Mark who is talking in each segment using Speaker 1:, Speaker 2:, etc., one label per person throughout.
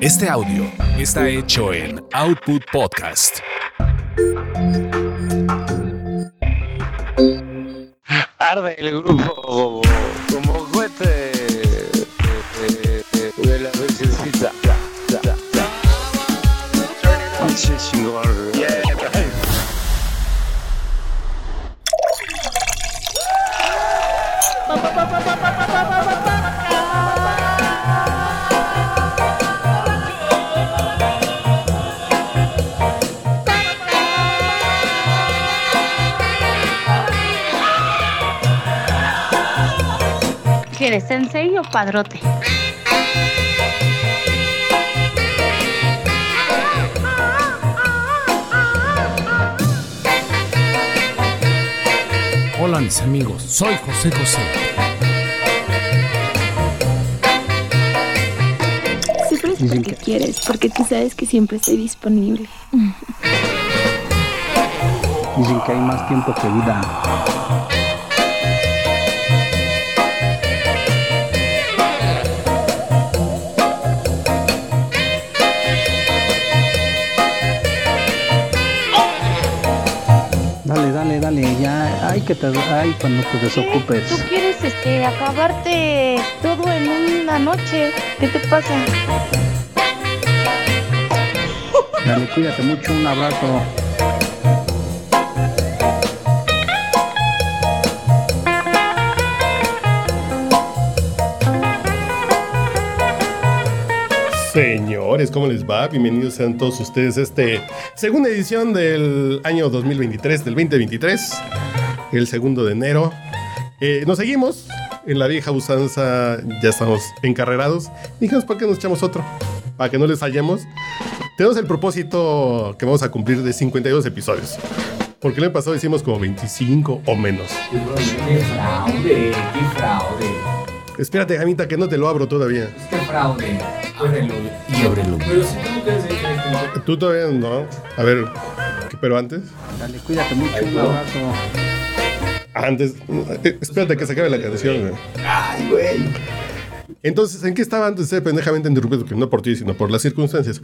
Speaker 1: Este audio está hecho en Output Podcast.
Speaker 2: Arde el grupo como, como cohete de, de- de- de la virgencita. Pinche chingón.
Speaker 3: ¿Quieres sensei o padrote?
Speaker 4: Hola mis amigos, soy José José.
Speaker 5: Siempre es porque quieres, porque tú sabes que siempre estoy disponible.
Speaker 6: Dicen que hay más tiempo que vida. Dale, dale, dale, ya, ay que te, ay cuando te
Speaker 3: Tú
Speaker 6: desocupes.
Speaker 3: quieres este, acabarte todo en una noche. ¿Qué te pasa?
Speaker 6: Dale, cuídate mucho, un abrazo.
Speaker 7: Señores, ¿cómo les va? Bienvenidos sean todos ustedes a este segunda edición del año 2023, del 2023, el segundo de enero. Eh, nos seguimos en la vieja usanza, ya estamos encarrerados. Dijimos, ¿para qué nos echamos otro? Para que no les hallemos. Tenemos el propósito que vamos a cumplir de 52 episodios. Porque el año pasado hicimos como 25 o menos.
Speaker 8: ¡Qué fraude! ¡Qué fraude!
Speaker 7: Espérate, Gamita, que no te lo abro todavía.
Speaker 8: ¡Qué fraude! Ábrelo y ábrelo. Pero si tú te has
Speaker 7: Tú todavía no. A ver, ¿qué- pero antes.
Speaker 6: Dale, cuídate mucho, un abrazo.
Speaker 7: Antes, eh, espérate que se acabe la canción. güey.
Speaker 8: ¡Ay, güey!
Speaker 7: Entonces, ¿en qué estaba antes de ser pendejamente interrumpido? Que no por ti, sino por las circunstancias.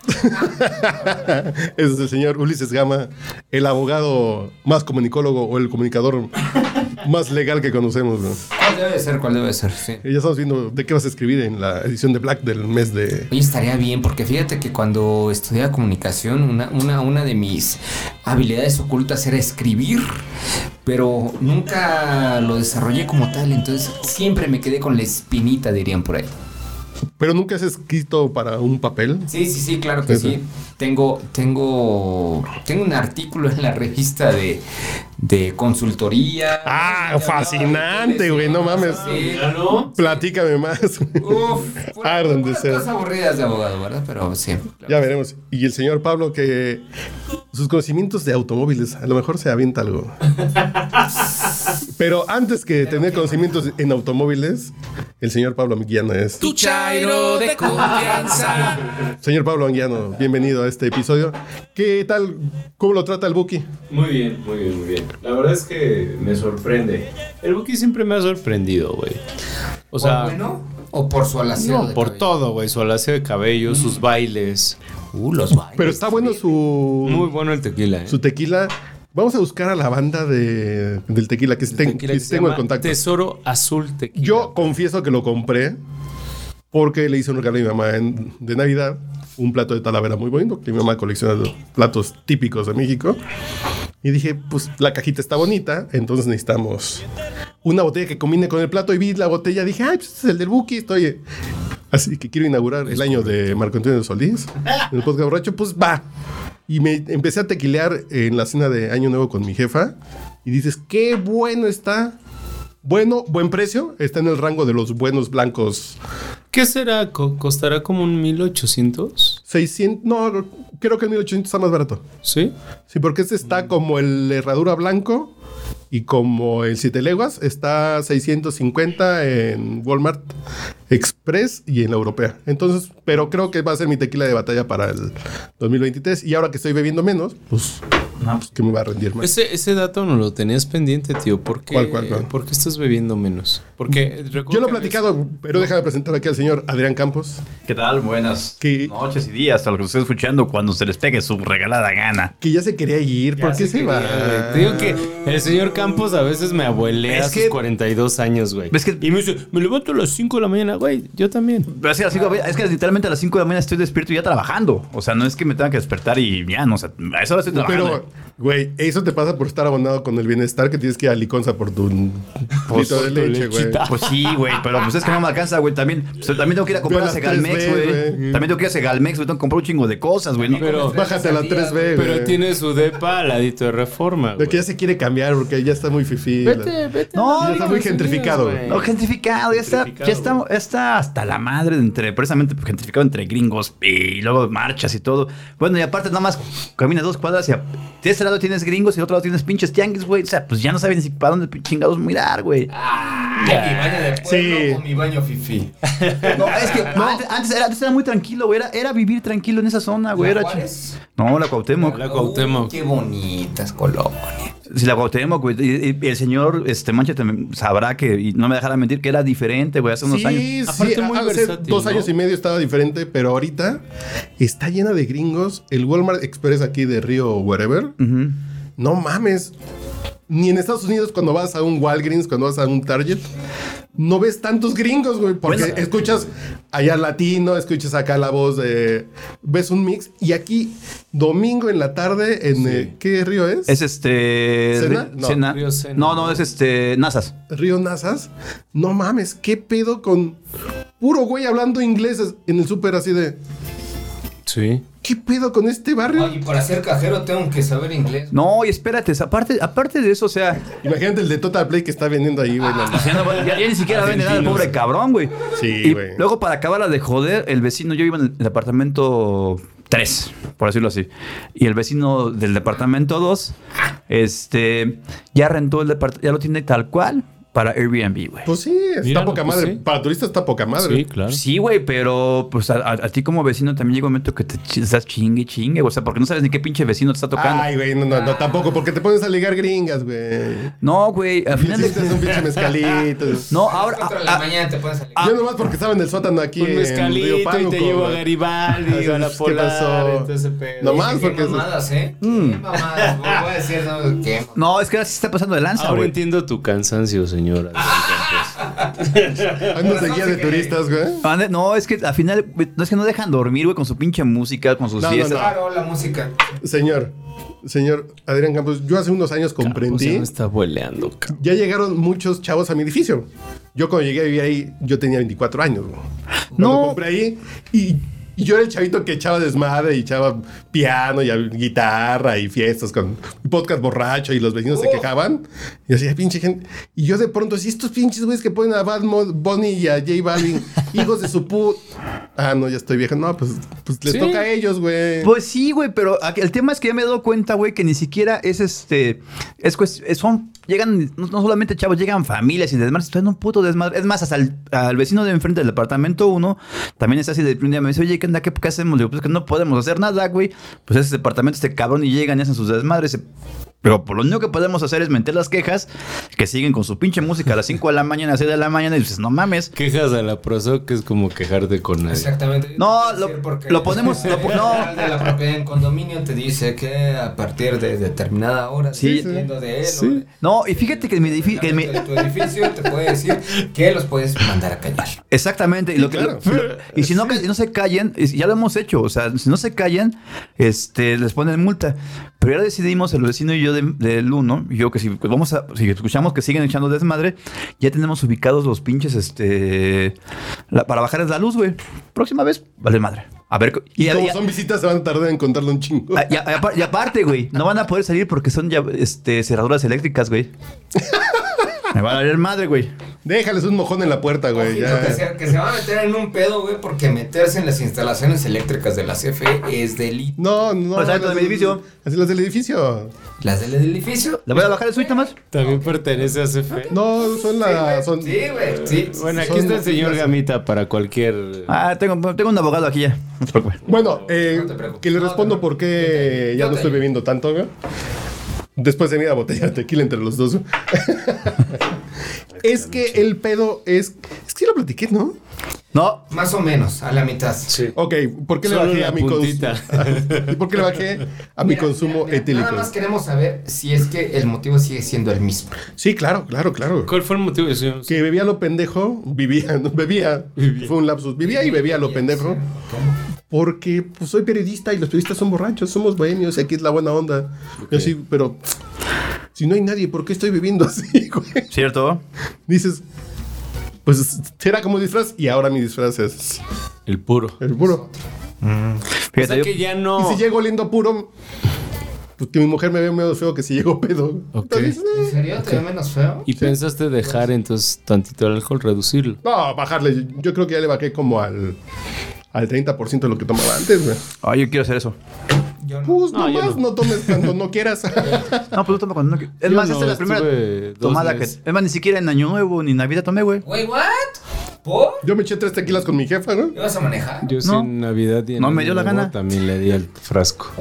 Speaker 7: Ese es el señor Ulises Gama, el abogado más comunicólogo o el comunicador más legal que conocemos. güey.
Speaker 8: ¿Cuál debe de ser? ¿Cuál debe de ser? Sí.
Speaker 7: Y Ya estamos viendo de qué vas a escribir en la edición de Black del mes de...
Speaker 8: Oye, estaría bien, porque fíjate que cuando estudiaba comunicación, una, una, una de mis habilidades ocultas era escribir, pero nunca lo desarrollé como tal, entonces siempre me quedé con la espinita, dirían por ahí.
Speaker 7: Pero nunca has escrito para un papel.
Speaker 8: Sí, sí, sí, claro que
Speaker 7: Sí, sí.
Speaker 8: sí. Tengo, tengo, tengo un artículo en la revista de, de consultoría.
Speaker 7: Ah, fascinante, güey, no mames.
Speaker 8: Sí, ¿no?
Speaker 7: Platícame más.
Speaker 8: Uf, pues,
Speaker 7: Ah, donde sea.
Speaker 8: cosas aburridas de abogado, ¿verdad? Pero sí. claro.
Speaker 7: Ya veremos. Y el señor Pablo que sus conocimientos de automóviles, a lo mejor se avienta algo. Pero antes que tener conocimientos en automóviles, el señor Pablo Anguiano es.
Speaker 4: Tu chairo de confianza.
Speaker 7: Señor Pablo Anguiano, bienvenido a este episodio. ¿Qué tal? ¿Cómo lo trata el Buki?
Speaker 9: Muy bien, muy bien, muy bien. La verdad es que me sorprende. El Buki siempre me ha sorprendido, güey. O sea,
Speaker 8: ¿Por bueno o por su alaceo? de
Speaker 9: por
Speaker 8: cabello?
Speaker 9: todo, güey. Su alacio de cabello, sus bailes.
Speaker 8: Uh, los bailes.
Speaker 7: Pero está bueno
Speaker 9: Muy
Speaker 7: su,
Speaker 9: bueno el tequila, ¿eh?
Speaker 7: su tequila. Vamos a buscar a la banda de, del tequila que, estén-
Speaker 9: Tequila
Speaker 7: que
Speaker 9: que se
Speaker 7: tengo el
Speaker 9: llama
Speaker 7: contacto.
Speaker 9: Tesoro Azul Tequila.
Speaker 7: Yo confieso que lo compré porque le hice un regalo a mi mamá en- de Navidad, un plato de talavera muy bonito, que mi mamá colecciona los platos típicos de México. Y dije, pues la cajita está bonita, entonces necesitamos una botella que combine con el plato. Y vi la botella, dije, ay, pues este es el del Buki, estoy... Así que quiero inaugurar el año de Marco Antonio Solís, en el podcast borracho, pues va. Y me empecé a tequilear en la cena de Año Nuevo con mi jefa. Y dices, qué bueno está. Bueno, buen precio. Está en el rango de los buenos blancos.
Speaker 9: ¿Qué será? Co- ¿Costará como un 1800?
Speaker 7: 600. No, creo que el 1800 está más barato.
Speaker 9: ¿Sí? Mm.
Speaker 7: Sí, porque este está como el Herradura Blanco y como el Siete Leguas. Está 650 en Walmart Express y en la Europea. Entonces, pero creo que va a ser mi tequila de batalla para el 2023. Y ahora que estoy bebiendo menos, pues
Speaker 9: No, pues,
Speaker 7: que me va a rendir más.
Speaker 9: Ese, ese dato no lo tenías pendiente, tío. ¿Por qué,
Speaker 7: ¿Cuál, cuál, cuál?
Speaker 9: ¿por qué estás bebiendo menos? Porque recuerdo
Speaker 7: Yo lo he
Speaker 9: que a veces-
Speaker 7: platicado, pero déjame presentar aquí al señor Adrián Campos,
Speaker 10: ¿Qué tal? Buenas
Speaker 7: ¿Qué?
Speaker 10: noches y días a los que nos estén escuchando cuando se les pegue su regalada gana.
Speaker 7: que ya se quería ir. ¿Por qué se,
Speaker 9: Sí,
Speaker 7: va?
Speaker 9: güey. Te digo que el señor Campos a veces me abuelea
Speaker 10: Es
Speaker 9: a sus
Speaker 10: que-
Speaker 9: 42 años, güey.
Speaker 10: Es que-
Speaker 9: Y me dice, me levanto a las 5 de la mañana, güey. Yo también.
Speaker 10: Pero es que, a las cinco- es que literalmente a las 5 de la mañana estoy despierto y ya trabajando. O sea, no es que me tenga que despertar y ya, no, o sea, a esa hora estoy trabajando.
Speaker 7: Pero, güey, eso te pasa por estar abonado con el bienestar que tienes que ir a Liconza por tu litro de
Speaker 9: por tu
Speaker 7: leche, güey.
Speaker 9: lechita.
Speaker 10: Pues sí, güey, pero pues es que no me alcanza, güey. También, pues, también tengo que ir a comprar
Speaker 7: Ve
Speaker 10: a
Speaker 7: las
Speaker 10: Segalmex,
Speaker 7: 3B,
Speaker 10: güey.
Speaker 7: güey.
Speaker 10: También tengo que ir a Segalmex, güey. Tengo que comprar un chingo de cosas, güey. ¿no?
Speaker 9: Pero,
Speaker 7: Bájate a la 3B, güey.
Speaker 9: pero tiene su depa al ladito de reforma.
Speaker 7: De que ya
Speaker 9: güey.
Speaker 7: se quiere cambiar porque ya está muy fifí.
Speaker 9: Vete, vete.
Speaker 10: No,
Speaker 9: a la
Speaker 10: ya
Speaker 7: está
Speaker 9: Liga
Speaker 7: muy
Speaker 9: de
Speaker 7: gentrificado,
Speaker 9: Unidos,
Speaker 7: güey.
Speaker 10: No, gentrificado, ya está, ya está,
Speaker 9: Gentrificado,
Speaker 10: ya está hasta la madre de entre, precisamente pues, gentrificado entre gringos y luego marchas y todo. Bueno, y aparte nada más caminas dos cuadras y a- de este lado tienes gringos y del otro lado tienes pinches tianguis, güey. O sea, pues ya no saben ni si para dónde pin- chingados mirar, güey.
Speaker 8: mi baño de pueblo
Speaker 7: Sí.
Speaker 8: o mi baño fifí.
Speaker 10: No, es que no, antes, antes era, antes era muy tranquilo, güey. Era, era vivir tranquilo en esa
Speaker 8: Ah,
Speaker 10: zona, güey. Era
Speaker 8: Juárez?
Speaker 10: chi- no, la Cuauhtémoc.
Speaker 9: La Cuauhtémoc.
Speaker 8: Qué bonitas colonias.
Speaker 10: Si la Cuauhtémoc, güey. Y, y el señor este, Mancha también sabrá que, y no me dejará mentir, que era diferente, güey, hace unos
Speaker 7: sí,
Speaker 10: años.
Speaker 7: sí,
Speaker 9: Aparte muy
Speaker 7: hace
Speaker 9: versátil,
Speaker 7: dos
Speaker 9: ¿no?
Speaker 7: años y medio estaba diferente, pero ahorita está llena de gringos. El Walmart Express aquí de Río Wherever.
Speaker 10: Ujú.
Speaker 7: No mames. Ni en Estados Unidos cuando vas a un Walgreens, cuando vas a un Target, no ves tantos gringos, güey. Porque
Speaker 10: Bueno.
Speaker 7: escuchas allá latino, escuchas acá la voz de... Ves un mix. Y aquí, domingo en la tarde, en... eh, ¿Qué río es?
Speaker 10: Es este.
Speaker 7: ¿Sena?
Speaker 10: ri-
Speaker 7: No.
Speaker 10: Sena.
Speaker 9: Río Sena.
Speaker 10: No, no, es este. Nazas.
Speaker 7: Río Nazas. No mames, qué pedo con... Puro güey hablando ingleses en el súper así de...
Speaker 9: Sí.
Speaker 7: ¿Qué pedo con este barrio?
Speaker 8: Y para ser cajero tengo que saber inglés.
Speaker 10: No, y espérate, aparte, aparte de eso, o sea,
Speaker 7: Imagínate el de Total Play que está vendiendo ahí,
Speaker 9: Ah,
Speaker 7: güey. la-
Speaker 10: ya, no- ya- ya ni siquiera vende nada el pobre cabrón, güey.
Speaker 7: Sí,
Speaker 10: Y
Speaker 7: güey.
Speaker 10: luego, para acabarla de joder, el vecino, yo iba en el departamento 3, por decirlo así. Y el vecino del departamento 2, este, ya rentó el departamento, ya lo tiene tal cual para Airbnb, güey.
Speaker 7: Pues sí, está
Speaker 9: Míralo,
Speaker 7: poca
Speaker 9: pues
Speaker 7: madre.
Speaker 9: sí.
Speaker 7: Para turistas está poca madre.
Speaker 9: Sí, claro.
Speaker 10: Sí, güey, pero pues a, a- a ti como vecino también llega un momento que te ch- estás chingue, chingue, o sea, porque no sabes ni qué pinche vecino te está tocando.
Speaker 7: Ay, güey, no, no, no, tampoco, porque te pones a ligar gringas, güey.
Speaker 10: No, güey, al final de-
Speaker 7: Necesitas un pinche mezcalito.
Speaker 10: No, ah. ahora. ah,
Speaker 8: Cuatro de
Speaker 10: a-
Speaker 8: la
Speaker 10: a-
Speaker 8: mañana te pones a leer.
Speaker 7: Yo nomás porque estaba en el sótano aquí.
Speaker 9: Un
Speaker 7: en
Speaker 9: mezcalito
Speaker 7: Río
Speaker 9: y
Speaker 7: Pánuco,
Speaker 9: te llevo a
Speaker 7: güey.
Speaker 9: Garibaldi,
Speaker 7: Así
Speaker 9: a la
Speaker 7: es, ¿qué
Speaker 9: polar,
Speaker 7: pasó?
Speaker 9: entonces pedo.
Speaker 7: Nomás
Speaker 8: Qué
Speaker 7: porque.
Speaker 8: mamadas, ¿eh?
Speaker 10: Mm.
Speaker 8: Qué mamadas. güey, Voy a decir, no, qué mamadas.
Speaker 10: no, es que ahora sí se está pasando de lanza,
Speaker 9: Ahora
Speaker 10: güey.
Speaker 9: entiendo tu cansancio, señora.
Speaker 7: Andas de guía de turistas, güey.
Speaker 10: Ande- No, es que al final, güey, no es que no dejan dormir, güey, con su pinche música, con sus
Speaker 7: No, no,
Speaker 10: fiestas.
Speaker 7: no.
Speaker 8: Claro, la música.
Speaker 7: Señor, señor Adrián Campos, yo hace unos años comprendí.
Speaker 9: me está boleando, cabrón.
Speaker 7: ya llegaron muchos chavos a mi edificio. Yo cuando llegué a vivir ahí, yo tenía 24 años. güey. Cuando
Speaker 10: No.
Speaker 7: compré ahí y, y yo era el chavito que echaba desmadre y echaba piano y a- guitarra y fiestas con podcast borracho y los vecinos
Speaker 10: Oh.
Speaker 7: se quejaban. Y así, "Ay, pinche gente. Y yo de pronto, si estos pinches güeyes que ponen a Bad Mo- Bunny y a J Balvin, hijos de su pu... Ah, no, ya estoy vieja. No, pues, pues les
Speaker 9: Sí.
Speaker 7: toca a ellos, güey.
Speaker 10: Pues sí, güey, pero aquí- el tema es que ya me he dado cuenta, güey, que ni siquiera es este. Es cues- es- son. Llegan, no, no solamente chavos, llegan familias y desmadres. Están un puto desmadre. Es más, hasta al, al vecino de enfrente del departamento uno también es así de un día me dice, oye, ¿qué onda? ¿Qué, qué hacemos? Le digo, pues que no podemos hacer nada, güey. Pues ese departamento, este cabrón, y llegan y hacen sus desmadres. Se- Pero por lo único que podemos hacer es meter las quejas que siguen con su pinche música a las 5 de la mañana, a las 6 de la mañana, y dices, no mames.
Speaker 9: Quejas a la proso que es como quejarte con nadie.
Speaker 8: Exactamente.
Speaker 10: No, lo-
Speaker 8: Decir porque
Speaker 10: lo ponemos- lo po- no.
Speaker 8: El general de la propiedad en condominio te dice que a partir de determinada hora,
Speaker 10: Sí.
Speaker 8: dependiendo de él,
Speaker 9: Sí.
Speaker 8: o-
Speaker 10: No, y fíjate que en mi edifi- que en mi-
Speaker 8: de tu edificio te puede decir que los puedes mandar a callar.
Speaker 10: Exactamente. Y, lo que- lo- y si no, ca- no se callen, y si- ya lo hemos hecho. O sea, si no se callan, este, les ponen multa. Pero ya decidimos, el vecino y yo de- del uno, y yo que si pues, vamos a, si escuchamos que siguen echando desmadre, ya tenemos ubicados los pinches, este, la- para bajar la luz, güey. Próxima vez, vale madre. A ver, co- y,
Speaker 7: y
Speaker 10: a-
Speaker 7: como
Speaker 10: y a-
Speaker 7: son visitas, se van a tardar en encontrarle un chingo.
Speaker 10: a- y a- y apar- y aparte, güey, no van a poder salir porque son ya, este, cerraduras eléctricas, güey. Me van a valer madre, güey.
Speaker 7: Déjales un mojón en la puerta, güey.
Speaker 8: Ojito,
Speaker 7: ya.
Speaker 8: que, se, que se va a meter en un pedo, güey, porque meterse en las instalaciones eléctricas de la CFE es delito.
Speaker 7: No, no.
Speaker 10: Pues, ah,
Speaker 7: las
Speaker 10: del edificio.
Speaker 7: Así las del edificio.
Speaker 8: Las del edificio.
Speaker 10: ¿La voy a bajar el switch nada más?
Speaker 9: También pertenece a CFE.
Speaker 7: No, son las.
Speaker 8: Sí,
Speaker 7: Son,
Speaker 8: güey. Sí, güey. Sí, sí.
Speaker 9: Bueno, aquí
Speaker 7: Son-
Speaker 9: está el señor Gamita para cualquier.
Speaker 10: Ah, tengo, tengo un abogado aquí ya. No te preocupes.
Speaker 7: Bueno, eh,
Speaker 8: No te preocupes.
Speaker 7: que le
Speaker 8: No,
Speaker 7: respondo
Speaker 8: no,
Speaker 7: por qué
Speaker 8: no.
Speaker 7: ya
Speaker 8: No
Speaker 7: no
Speaker 8: te-
Speaker 7: estoy bebiendo tanto, güey. Después de media botella de tequila entre los dos. güey. es que el pedo es. Es que ya lo platiqué, ¿no?
Speaker 10: No,
Speaker 8: Más o menos, a la mitad.
Speaker 9: Sí.
Speaker 7: Ok, ¿por qué le
Speaker 9: Solo
Speaker 7: bajé
Speaker 9: la
Speaker 7: a mi consumo?
Speaker 9: puntita.
Speaker 7: ¿Por qué le bajé a mi
Speaker 8: Mira,
Speaker 7: consumo
Speaker 8: mira, mira,
Speaker 7: etílico?
Speaker 8: Nada más queremos saber si es que el motivo sigue siendo el mismo.
Speaker 7: Sí, claro, claro, claro.
Speaker 9: ¿Cuál fue el motivo? señor?
Speaker 7: Que bebía lo pendejo, vivía, no, bebía,
Speaker 9: Vivía.
Speaker 7: fue un lapsus, vivía y bebía lo pendejo, porque pues, soy periodista y los periodistas son borrachos, somos bohemios y aquí es la buena onda. Yo sí, pero si no hay nadie, ¿por qué estoy viviendo así, güey?
Speaker 10: ¿cierto?
Speaker 7: Dices, pues era como disfraz y ahora mi disfraz es
Speaker 9: El puro.
Speaker 7: el puro.
Speaker 9: O sea
Speaker 10: Fíjate, yo-
Speaker 9: que ya no.
Speaker 7: Y si llego oliendo puro, pues que mi mujer me ve menos feo que si llego pedo.
Speaker 9: Ok.
Speaker 7: Entonces, eh,
Speaker 8: ¿En serio? ¿Te ve menos feo?
Speaker 9: ¿Y pensaste dejar entonces tantito el alcohol, reducirlo?
Speaker 7: no, bajarle, yo creo que ya le bajé como al, al 30% de lo que tomaba antes, güey.
Speaker 10: Ay, ah, yo quiero hacer eso.
Speaker 8: Yo no.
Speaker 7: Pues
Speaker 9: No, yo
Speaker 7: nomás no.
Speaker 9: no.
Speaker 7: tomes cuando no quieras.
Speaker 10: No, pues yo tomo cuando no quiero. Es
Speaker 9: Yo
Speaker 10: más,
Speaker 9: no,
Speaker 10: esta es la
Speaker 9: estuve
Speaker 10: primera
Speaker 9: dos
Speaker 10: tomada que.
Speaker 9: meses.
Speaker 10: Es más, ni siquiera en Año Nuevo ni Navidad tomé, güey.
Speaker 8: Güey, ¿what? ¿Por?
Speaker 7: Yo me eché tres tequilas con mi jefa, ¿no?
Speaker 8: ¿Ibas a manejar?
Speaker 9: Yo
Speaker 10: No.
Speaker 9: sin Navidad y en
Speaker 10: No,
Speaker 9: Año
Speaker 10: me dio la
Speaker 9: Nuevo
Speaker 10: gana.
Speaker 9: También le di al frasco.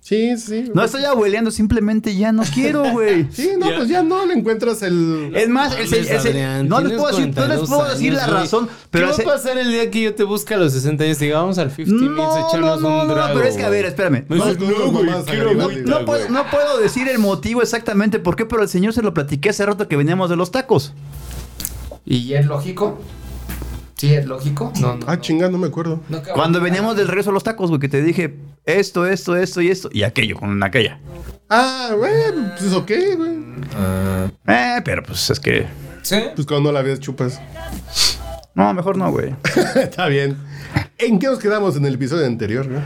Speaker 7: Sí, sí.
Speaker 10: No estoy abueleando, simplemente ya no quiero, güey.
Speaker 7: Sí, no,
Speaker 9: Ya.
Speaker 7: pues ya no le encuentras el.
Speaker 10: Es más, el, se-
Speaker 9: Mames,
Speaker 10: el se-
Speaker 9: Adrián,
Speaker 10: Ah, no les
Speaker 9: tienes
Speaker 10: puedo decir, no les
Speaker 9: 42
Speaker 10: puedo decir la
Speaker 9: años, güey.
Speaker 10: razón,
Speaker 9: ¿Qué
Speaker 10: pero
Speaker 9: va
Speaker 10: se-
Speaker 9: a pasar el día que yo te busque a los 60 años y diga, vamos al 50
Speaker 10: No,
Speaker 9: mils a echarnos
Speaker 10: no, no,
Speaker 9: un
Speaker 10: no,
Speaker 9: drago?
Speaker 10: pero es que, a ver, espérame.
Speaker 9: Me
Speaker 10: No,
Speaker 9: dices,
Speaker 7: no,
Speaker 9: no,
Speaker 7: güey,
Speaker 9: güey,
Speaker 7: quiero
Speaker 9: quiero agüita,
Speaker 7: agüita,
Speaker 10: no, puedo,
Speaker 9: güey.
Speaker 10: no puedo decir el motivo exactamente por qué, pero el señor se lo platiqué hace rato que veníamos de los tacos.
Speaker 8: ¿Y es lógico? ¿Sí es lógico? No, no.
Speaker 7: Ah,
Speaker 8: no.
Speaker 7: chinga, no me acuerdo.
Speaker 8: No, cabrón.
Speaker 10: Cuando veníamos del regreso a los tacos, güey, que te dije esto, esto, esto y esto, y aquello, con aquella.
Speaker 7: Ah, güey, pues ok, güey.
Speaker 10: Eh, pero pues es que.
Speaker 8: ¿Sí?
Speaker 7: Pues cuando no la ves, chupas.
Speaker 10: No, mejor no, güey.
Speaker 7: Está bien. ¿En qué nos quedamos en el episodio anterior, güey?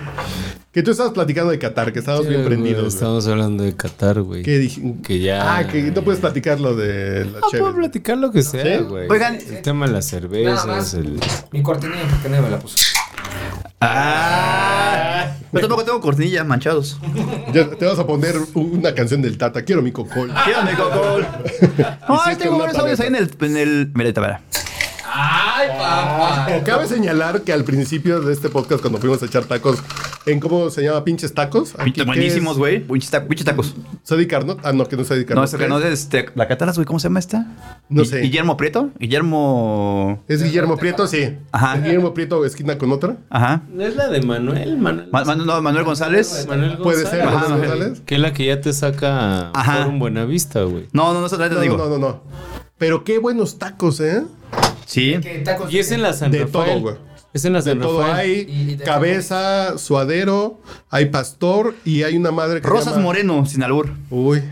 Speaker 7: Que tú estabas platicando de Qatar, que estábamos bien
Speaker 9: Sí, güey,
Speaker 7: prendidos. güey.
Speaker 9: Estamos hablando de Qatar, güey.
Speaker 7: Que dije.
Speaker 9: Que ya-
Speaker 7: Ah, que no puedes platicar lo de la
Speaker 9: Ah,
Speaker 7: cheve.
Speaker 9: puedo platicar lo que sea,
Speaker 7: ¿Sí?
Speaker 9: güey.
Speaker 10: Oigan,
Speaker 9: el tema de las
Speaker 8: Nada más.
Speaker 9: cervezas, el...
Speaker 8: Mi cortinilla, ¿por qué no me la puso?
Speaker 10: Ah, yo tampoco tengo cortinillas manchados.
Speaker 7: Ya te vas a poner una canción del Tata. Quiero mi cocol.
Speaker 10: Quiero mi cocol.
Speaker 7: Y sí
Speaker 10: Ay,
Speaker 7: es que
Speaker 10: tengo
Speaker 7: una
Speaker 10: varios audios ahí en el. En el mira, ahí te va.
Speaker 8: ¡Ay, papá!
Speaker 7: Cabe señalar que al principio de este podcast, cuando fuimos a echar tacos, en cómo se llama pinches tacos. Aquí, ¿qué
Speaker 10: Buenísimos,
Speaker 7: es?
Speaker 10: güey. Pinches ta- pinches tacos.
Speaker 7: Sadi Carnot. Ah, no, que no es Sadi Carnot.
Speaker 10: No, eso que no es este, la Cataras, güey, ¿cómo se llama esta?
Speaker 7: No
Speaker 10: Gu-
Speaker 7: sé.
Speaker 10: Guillermo Prieto. Guillermo.
Speaker 7: ¿Es Guillermo Prieto? Sí.
Speaker 10: Ajá.
Speaker 7: ¿Es Guillermo Prieto esquina con otra?
Speaker 10: Ajá.
Speaker 9: ¿No es la de Manuel? Manuel,
Speaker 10: Ma- Manu- no, Manuel González.
Speaker 9: Manuel
Speaker 7: Puede ser.
Speaker 9: González.
Speaker 10: Ajá,
Speaker 7: ¿no?
Speaker 10: no sé.
Speaker 7: González?
Speaker 9: Que es la que ya te saca
Speaker 10: Ajá.
Speaker 9: por un Buenavista, güey.
Speaker 10: No, no, no, no,
Speaker 7: No,
Speaker 10: digo.
Speaker 7: no, no, no. Pero qué buenos tacos, ¿eh?
Speaker 10: Sí.
Speaker 8: ¿Qué tacos?
Speaker 9: Y es en la San
Speaker 7: De
Speaker 9: Rafael.
Speaker 7: todo, güey.
Speaker 9: Es en la
Speaker 7: De
Speaker 9: San
Speaker 7: todo
Speaker 9: Rafael.
Speaker 7: hay. Cabeza, suadero, hay pastor y hay una madre que se
Speaker 10: Rosas
Speaker 7: llama-
Speaker 10: Moreno, sin albur.
Speaker 7: Uy.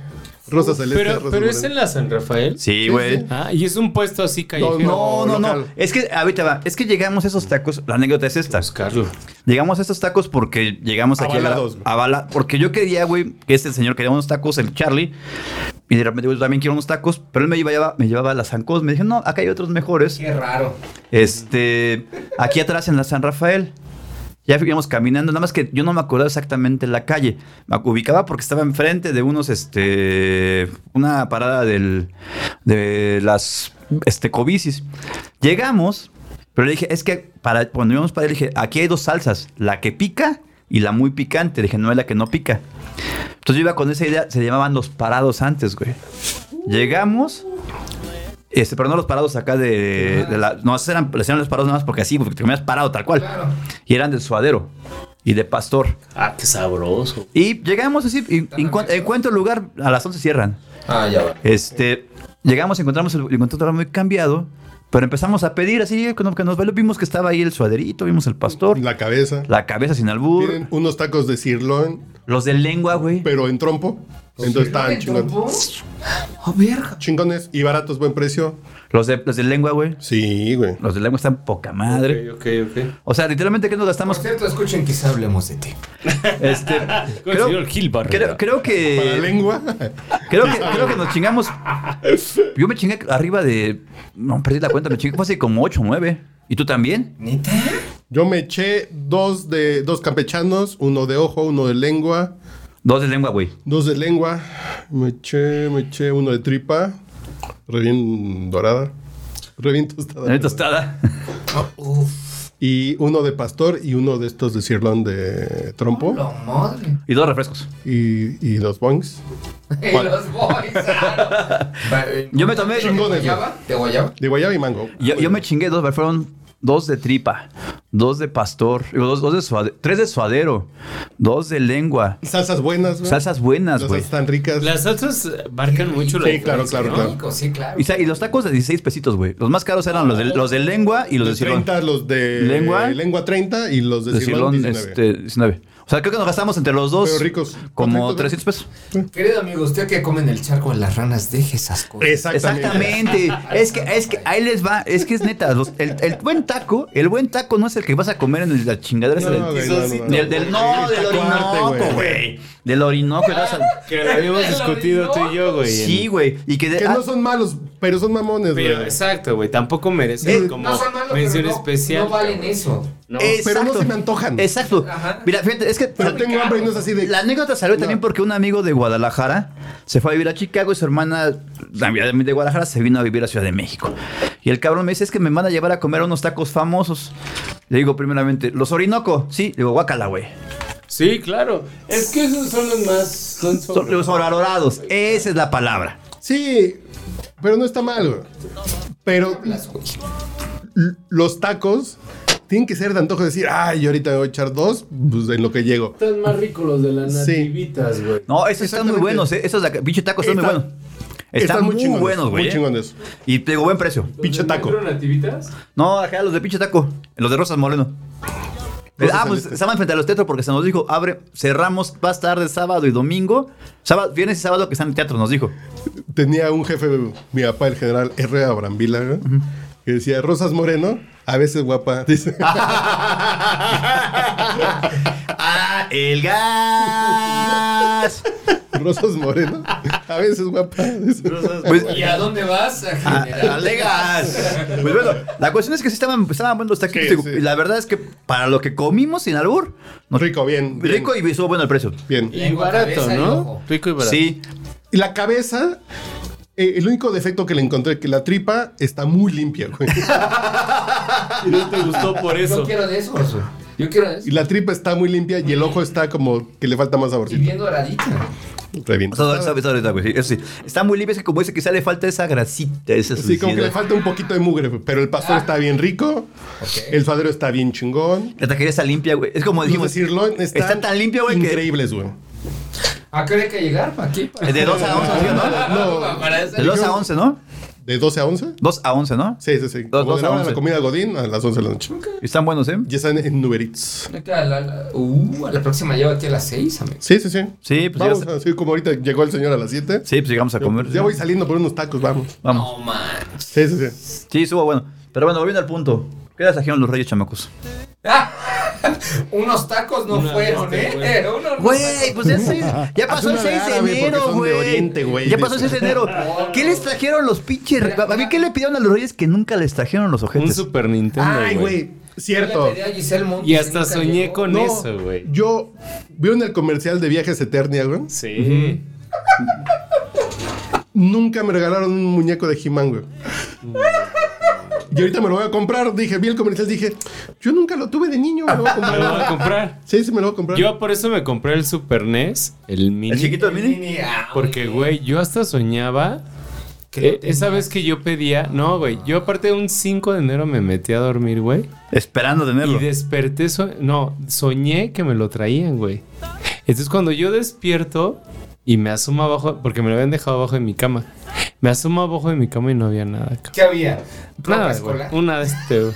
Speaker 7: Rosa celeste.
Speaker 9: Pero,
Speaker 7: rosa
Speaker 9: pero es
Speaker 7: morena.
Speaker 9: en la San Rafael.
Speaker 10: Sí,
Speaker 7: güey.
Speaker 9: Ah, y es un puesto así callejero.
Speaker 10: No, no, no.
Speaker 7: local.
Speaker 10: Es que, ahorita va. Es que llegamos a esos tacos. La anécdota es esta.
Speaker 9: Buscarlo.
Speaker 10: Llegamos a estos tacos porque llegamos aquí
Speaker 7: Avalados, güey.
Speaker 10: a la a bala- porque yo quería, güey, que este señor quería unos tacos, el Charlie, y de repente güey, yo también quiero unos tacos, pero él me llevaba, me llevaba a las Zancos, me dijo, no, acá hay otros mejores,
Speaker 8: Qué raro.
Speaker 10: este, aquí atrás en la San Rafael. Ya fuimos caminando, nada más que yo no me acordaba exactamente la calle. Me ubicaba porque estaba enfrente de unos, este, una parada del, de las, este, cobicis. Llegamos, pero le dije, es que para, cuando íbamos para allá, le dije, aquí hay dos salsas, la que pica y la muy picante. Le dije, no es la que no pica. Entonces yo iba con esa idea, se llamaban los parados antes, güey. Llegamos, este, pero no los parados acá de, de la. No, esos eran, les hicieron los parados nada más porque así, porque te comías parado tal cual.
Speaker 8: Claro.
Speaker 10: Y eran del suadero y de pastor.
Speaker 9: Ah, qué sabroso.
Speaker 10: Y llegamos así, y, encu- encuentro lugar, a las 11 cierran.
Speaker 8: Ah, ya va.
Speaker 10: Este, llegamos, encontramos el, encontramos un lugar muy cambiado, pero empezamos a pedir así, cuando que nos valió, vimos que estaba ahí el suaderito, vimos el pastor, la,
Speaker 7: La cabeza.
Speaker 10: cabeza sin albur,
Speaker 7: Tienen unos tacos de sirloin,
Speaker 10: los de lengua, güey.
Speaker 7: pero en trompo. Entonces estaban
Speaker 8: ¿El trompo?
Speaker 7: chingones.
Speaker 8: A ver.
Speaker 7: Chingones y baratos, buen precio.
Speaker 10: Los de, los de lengua, güey.
Speaker 7: Sí, güey.
Speaker 10: Los de lengua están poca madre.
Speaker 9: Ok, ok,
Speaker 10: O sea, literalmente, ¿qué nos
Speaker 8: Por
Speaker 10: gastamos?
Speaker 8: cierto, escuchen, quizá hablemos de ti.
Speaker 10: Este,
Speaker 9: ok.
Speaker 10: creo,
Speaker 9: Gil
Speaker 10: creo, creo
Speaker 7: Para la
Speaker 10: que,
Speaker 7: lengua.
Speaker 10: creo que creo que nos chingamos. Yo me chingué arriba de. No, perdí la cuenta, me chingué casi como 8 o 9. ¿Y tú también?
Speaker 8: ¿Neta?
Speaker 7: Yo me eché dos de dos campechanos, uno de ojo, uno de lengua,
Speaker 10: Dos de lengua, güey.
Speaker 7: dos de lengua. Me eché, me eché uno de tripa, re bien dorada, re bien tostada.
Speaker 10: La tostada.
Speaker 7: Y uno de pastor y uno de estos de cirlón de trompo
Speaker 8: ¡La madre!
Speaker 10: Y dos refrescos.
Speaker 7: y, y dos bongs.
Speaker 8: Y
Speaker 7: ¿Cuál?
Speaker 8: los boys. ah, no. Va, eh,
Speaker 10: Yo me tomé.
Speaker 8: ¿De guayaba? ¿De guayaba?
Speaker 7: De guayaba y mango.
Speaker 10: Yo, yo me chingué dos, fueron dos de tripa, dos de pastor, digo, dos, dos de suade- tres de suadero, dos de lengua,
Speaker 7: Salsas buenas, güey.
Speaker 10: salsas buenas,
Speaker 7: Las
Speaker 10: güey.
Speaker 7: salsas están ricas.
Speaker 9: Las salsas eh, marcan mucho la
Speaker 7: Sí, claro,
Speaker 9: diferencia,
Speaker 7: claro,
Speaker 9: ¿no?
Speaker 7: claro.
Speaker 8: Rico, sí, claro.
Speaker 10: Y, sa- y los tacos de 16 pesitos, güey. Los más caros eran los de, los de lengua y los de
Speaker 7: Los de
Speaker 10: cirlón.
Speaker 7: 30, los de
Speaker 10: Lengua.
Speaker 7: lengua 30 y los de,
Speaker 10: De
Speaker 7: cirlón,
Speaker 10: cirlón,
Speaker 7: 19.
Speaker 10: este, 19. O sea, creo que nos gastamos entre los dos
Speaker 7: Pero ricos.
Speaker 10: como
Speaker 7: ¿Cuánto
Speaker 10: 300 pesos.
Speaker 8: Querido amigo, usted que come en el charco de las ranas, deje esas cosas.
Speaker 7: Exactamente.
Speaker 10: Exactamente. Es que, es que ahí les va. Es que es neta. los- el, el buen taco, el buen taco no es el que vas a comer en el- la chingadera. esa
Speaker 7: No,
Speaker 10: del-
Speaker 7: güey, no, no, no.
Speaker 10: del, del- no,
Speaker 7: Sí,
Speaker 10: del
Speaker 7: taco arte,
Speaker 10: Orinoco, güey. Del Orinoco. que vas a-
Speaker 9: Que lo habíamos discutido tú y yo, güey.
Speaker 10: Sí,
Speaker 9: en-
Speaker 10: güey. Y que, de-
Speaker 7: Que
Speaker 10: ah,
Speaker 7: no son malos, pero son mamones, güey.
Speaker 9: Pero exacto, güey. Tampoco merecen
Speaker 10: Eh,
Speaker 9: como
Speaker 8: No son malos,
Speaker 9: mención
Speaker 8: pero no,
Speaker 9: especial.
Speaker 8: no valen eso.
Speaker 9: No.
Speaker 7: Pero no
Speaker 10: exacto.
Speaker 7: se me antojan.
Speaker 10: Exacto.
Speaker 8: Ajá.
Speaker 10: Mira, fíjate, es que
Speaker 7: Pero tengo hambre y no es así de.
Speaker 10: la anécdota salió también porque un amigo de Guadalajara se fue a vivir a Chicago y su hermana también de Guadalajara se vino a vivir a Ciudad de México. Y el cabrón me dice, es que me van a llevar a comer unos tacos famosos. Le digo primeramente, los Orinoco. Sí, le digo, guácala, güey.
Speaker 9: Sí, claro. Es que esos son los más. Son
Speaker 10: Son
Speaker 9: sobre-
Speaker 10: los sobrevalorados. Esa es la palabra.
Speaker 7: Sí, pero no está mal, güey. Pero l- los tacos tienen que ser de antojo decir, ay, yo ahorita me voy a echar dos, pues en lo que llego.
Speaker 9: Están más ricos los de las
Speaker 7: Sí.
Speaker 9: nativitas, güey.
Speaker 10: No, esos están muy
Speaker 7: Exactamente.
Speaker 10: buenos, eh. Esos de- pinche tacos están muy
Speaker 7: Están-
Speaker 10: buenos. Están, muy,
Speaker 7: chingones,
Speaker 10: buenos, güey.
Speaker 7: Muy
Speaker 10: eh.
Speaker 7: chingones.
Speaker 10: Y te digo, buen precio.
Speaker 9: ¿Los
Speaker 7: Pinche
Speaker 9: de
Speaker 7: taco.
Speaker 9: Metro nativitas?
Speaker 10: No, acá los de pinche taco. Los de Rosas Moreno.
Speaker 7: Rosas
Speaker 10: ah, pues
Speaker 7: Celeste.
Speaker 10: estaban frente a los teatros porque se nos dijo, abre, cerramos más tarde sábado y domingo. Sábado, viernes y sábado que están en el teatro, nos dijo.
Speaker 7: Tenía un jefe, mi papá, el general R. Abrambila, güey, que decía, Rosas Moreno, a veces guapa. Dice,
Speaker 10: ¡Ah, el gas!
Speaker 7: Rosas Moreno, a veces guapa. Dice.
Speaker 10: Pues,
Speaker 8: ¿Y a dónde vas? A
Speaker 10: a-
Speaker 8: generar
Speaker 10: al gas. Pues bueno, la cuestión es que sí estaban, estaban buenos los taquitos.
Speaker 7: Sí,
Speaker 10: digo,
Speaker 7: sí.
Speaker 10: Y la verdad es que para lo que comimos sin albur, nos-
Speaker 7: Rico, bien. bien,
Speaker 10: rico y estuvo bueno el precio.
Speaker 7: Bien.
Speaker 9: Y
Speaker 8: Lengua,
Speaker 9: barato,
Speaker 8: cabeza y
Speaker 9: ¿no?
Speaker 8: ojo.
Speaker 9: Rico y barato.
Speaker 10: Sí,
Speaker 7: Y la cabeza, eh, el único defecto que le encontré, que la tripa está muy limpia, güey.
Speaker 9: Y no te gustó por
Speaker 8: Yo
Speaker 9: eso.
Speaker 8: quiero de eso, Orso. Yo quiero de
Speaker 7: Y
Speaker 8: eso.
Speaker 7: la tripa está muy limpia y el ojo está como que le falta más
Speaker 8: Y
Speaker 7: saborcito.
Speaker 8: bien doradita.
Speaker 7: Re bien.
Speaker 10: O sea, está- está ahorita, güey, sí, eso sí. Está muy limpio, es que como dice, quizá le falta esa grasita, esa
Speaker 7: Sí, como que le
Speaker 10: suciedad.
Speaker 7: falta un poquito de mugre, pero el pastor está bien rico, el suadero está bien chingón.
Speaker 10: La taquería está limpia, güey. Es como
Speaker 7: Dijimos,
Speaker 10: dijimos.
Speaker 7: cirlón está,
Speaker 10: está tan limpio, güey, que-
Speaker 7: Increíbles, güey.
Speaker 8: ¿A qué hora hay Ah, que llegar? ¿Para aquí? ¿Para
Speaker 10: eh,
Speaker 8: Ah,
Speaker 10: De 2 a 11, ¿sí, ¿no?
Speaker 7: No,
Speaker 8: Para
Speaker 10: De
Speaker 8: esa-
Speaker 10: 2 a 11, ¿no?
Speaker 7: ¿De 12 a 11?
Speaker 10: 2 a 11, ¿no?
Speaker 7: Sí, sí, sí.
Speaker 10: Dos-
Speaker 7: Como
Speaker 10: dos
Speaker 7: de la
Speaker 10: a
Speaker 7: hora de la
Speaker 10: 11.
Speaker 7: comida Godín a las 11 de la noche.
Speaker 10: Y Están buenos, ¿eh?
Speaker 7: Ya están en Uber Eats.
Speaker 8: Neta, la- la- Uh, a la próxima llevo aquí a las 6, amigo.
Speaker 7: Sí, sí, sí.
Speaker 10: Sí, pues
Speaker 7: vamos,
Speaker 10: llegas-
Speaker 7: así como ahorita llegó el señor a las 7.
Speaker 10: Sí, pues llegamos a comer.
Speaker 7: Ya voy saliendo por unos tacos, vamos.
Speaker 10: Vamos.
Speaker 7: Sí, sí, sí.
Speaker 10: Sí, estuvo bueno. Pero bueno, volviendo al punto. ¿Qué les trajeron los reyes chamacos?
Speaker 8: Unos tacos no
Speaker 9: Una
Speaker 8: fueron,
Speaker 9: bestia,
Speaker 8: ¿eh?
Speaker 9: güey.
Speaker 8: Eh, unos-
Speaker 10: Güey, pues ya, seis- ya
Speaker 7: Haz
Speaker 10: pasó el
Speaker 7: una de
Speaker 10: 6 de
Speaker 7: árabe, porque
Speaker 10: enero,
Speaker 7: son de Oriente,
Speaker 10: güey.
Speaker 7: güey.
Speaker 10: Ya pasó el 6 de enero. ¿Qué les trajeron los pinches? re- A mí, ¿qué le pidieron a los reyes que nunca les trajeron los
Speaker 9: Un
Speaker 10: ojetes?
Speaker 9: Super Nintendo,
Speaker 7: Ay,
Speaker 9: güey.
Speaker 7: güey.
Speaker 8: Yo le
Speaker 7: Cierto.
Speaker 8: pedí a Giselle Montes
Speaker 9: Y hasta
Speaker 8: nunca
Speaker 9: soñé
Speaker 8: llegó.
Speaker 9: con
Speaker 7: No,
Speaker 9: eso, güey.
Speaker 7: Yo veo en el comercial de viajes Eternia, güey.
Speaker 9: Sí.
Speaker 7: Nunca me regalaron un muñeco de He-Man, güey.
Speaker 9: Mm.
Speaker 7: Y ahorita me lo voy a comprar. Dije, vi el comercial, dije, yo nunca lo tuve de niño, me lo voy a
Speaker 9: Me lo voy a
Speaker 7: comprar.
Speaker 9: comprar.
Speaker 7: Sí, sí, me lo voy a comprar.
Speaker 9: Yo por eso me compré el Super NES, el mini.
Speaker 10: ¿El chiquito del mini?
Speaker 8: Ah,
Speaker 9: Porque, güey, yo hasta soñaba. que esa vez que yo pedía. No, güey. Yo, aparte, un 5 de enero me metí a dormir, güey.
Speaker 10: Esperando
Speaker 9: Y
Speaker 10: tenerlo.
Speaker 9: desperté. so- no, soñé que me lo traían, güey. Entonces, cuando yo despierto y me asomo abajo. Porque me lo habían dejado abajo de mi cama. Me asomo abajo de mi cama y no había nada, cabrón.
Speaker 8: ¿Qué había? ¿Ropa
Speaker 9: Nada, güey.
Speaker 8: escolar?
Speaker 9: Una de este, güey.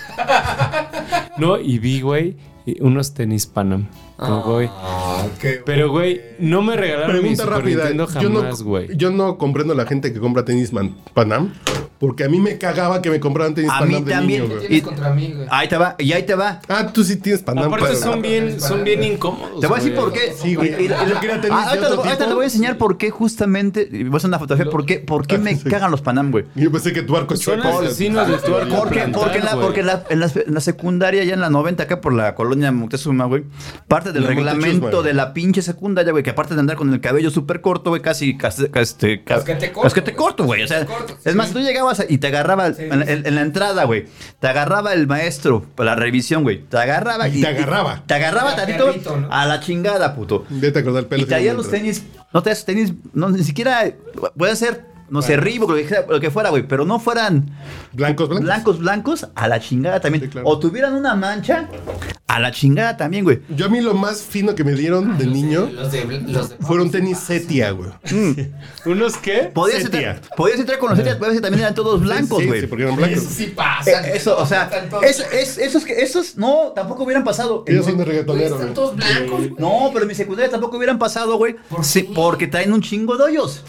Speaker 9: No, y vi, güey, y unos tenis Panam. Como, güey. Pero, güey, no me regalaron
Speaker 7: Pregunta
Speaker 9: mi Super
Speaker 7: rápida.
Speaker 9: Nintendo
Speaker 7: yo,
Speaker 9: jamás,
Speaker 7: no,
Speaker 9: güey.
Speaker 7: yo no comprendo a la gente que compra tenis Man- Panam. Porque a mí me cagaba que me compraran tenis
Speaker 10: A mí
Speaker 7: Panam de
Speaker 10: también.
Speaker 7: niño, güey.
Speaker 8: Tienes contra mí, güey.
Speaker 10: Ahí te va, y ahí te va.
Speaker 7: Ah, tú sí tienes Panam.
Speaker 9: Aparte
Speaker 7: pero-
Speaker 9: son bien, son bien
Speaker 8: Pues,
Speaker 9: incómodos.
Speaker 10: Te voy a
Speaker 8: eh,
Speaker 10: decir
Speaker 9: güey.
Speaker 10: por qué.
Speaker 7: Sí, güey.
Speaker 10: Y- y- y-
Speaker 7: Yo quería tenis
Speaker 10: Ah,
Speaker 7: de
Speaker 10: ahorita,
Speaker 7: otro
Speaker 10: te- ahorita
Speaker 7: tipo.
Speaker 10: te voy a enseñar por qué justamente. y Voy a hacer una fotografía. ¿Por qué, por qué me cagan los Panam, güey?
Speaker 7: Yo pensé que tu arco es
Speaker 9: Son
Speaker 7: chueco.
Speaker 9: asesinos de tu arco
Speaker 10: Porque,
Speaker 9: plantar,
Speaker 10: porque, en la,
Speaker 9: güey.
Speaker 10: porque en la- en, la, en la secundaria, ya en la 90, acá por la colonia Moctezuma, güey, parte del
Speaker 7: La
Speaker 10: reglamento
Speaker 7: Moctezuma.
Speaker 10: de la pinche secundaria, güey, que aparte de andar con el cabello súper corto, güey, casi. casi, este, ca-
Speaker 8: Casquete corto,
Speaker 10: casquete
Speaker 8: güey.
Speaker 10: corto, güey. O sea,
Speaker 8: Casquete corto,
Speaker 10: es
Speaker 8: sí.
Speaker 10: más, tú llegabas a- y te agarraba el-
Speaker 8: Sí,
Speaker 10: en, la-
Speaker 8: sí.
Speaker 10: en- en la entrada, güey. Te agarraba el maestro para la revisión, güey. Te agarraba
Speaker 7: Y te agarraba.
Speaker 10: Te agarraba
Speaker 8: Ya
Speaker 10: tantito
Speaker 8: perrito, ¿no?
Speaker 10: a la chingada, puto.
Speaker 7: Vete a cortar el pelo.
Speaker 10: Y traía
Speaker 7: si no
Speaker 10: los
Speaker 7: me entra.
Speaker 10: tenis, no traía sus tenis, no, ni siquiera, puede ser, no sé, Reebok, lo que, sea- lo que fuera, güey, pero no fueran
Speaker 7: Blancos, blancos.
Speaker 10: blancos, blancos, a la chingada también.
Speaker 7: Sí, claro.
Speaker 10: O tuvieran una mancha, a la chingada también, güey.
Speaker 7: Yo a mí lo más fino que me dieron de niño
Speaker 8: Los de, los de-
Speaker 7: fueron tenis setia, güey.
Speaker 9: ¿Unos qué?
Speaker 10: Podías
Speaker 7: Setia.
Speaker 10: entrar, podías entrar con los setias, pero a veces también eran todos blancos,
Speaker 7: Eh. Sí,
Speaker 10: güey.
Speaker 7: Sí, porque eran blancos.
Speaker 8: Eso sí pasa.
Speaker 10: Eh, Eso, o sea,
Speaker 8: Están todos-
Speaker 10: eso- es- esos, que- esos no, tampoco hubieran pasado.
Speaker 7: Ellos son de
Speaker 8: Güey,
Speaker 7: reggaetonero,
Speaker 8: Están
Speaker 7: güey.
Speaker 8: todos blancos, güey.
Speaker 10: eh, No, pero en mi secundaria tampoco hubieran pasado, güey.
Speaker 8: ¿Por
Speaker 10: Sí,
Speaker 8: qué?
Speaker 10: porque traen un chingo de hoyos.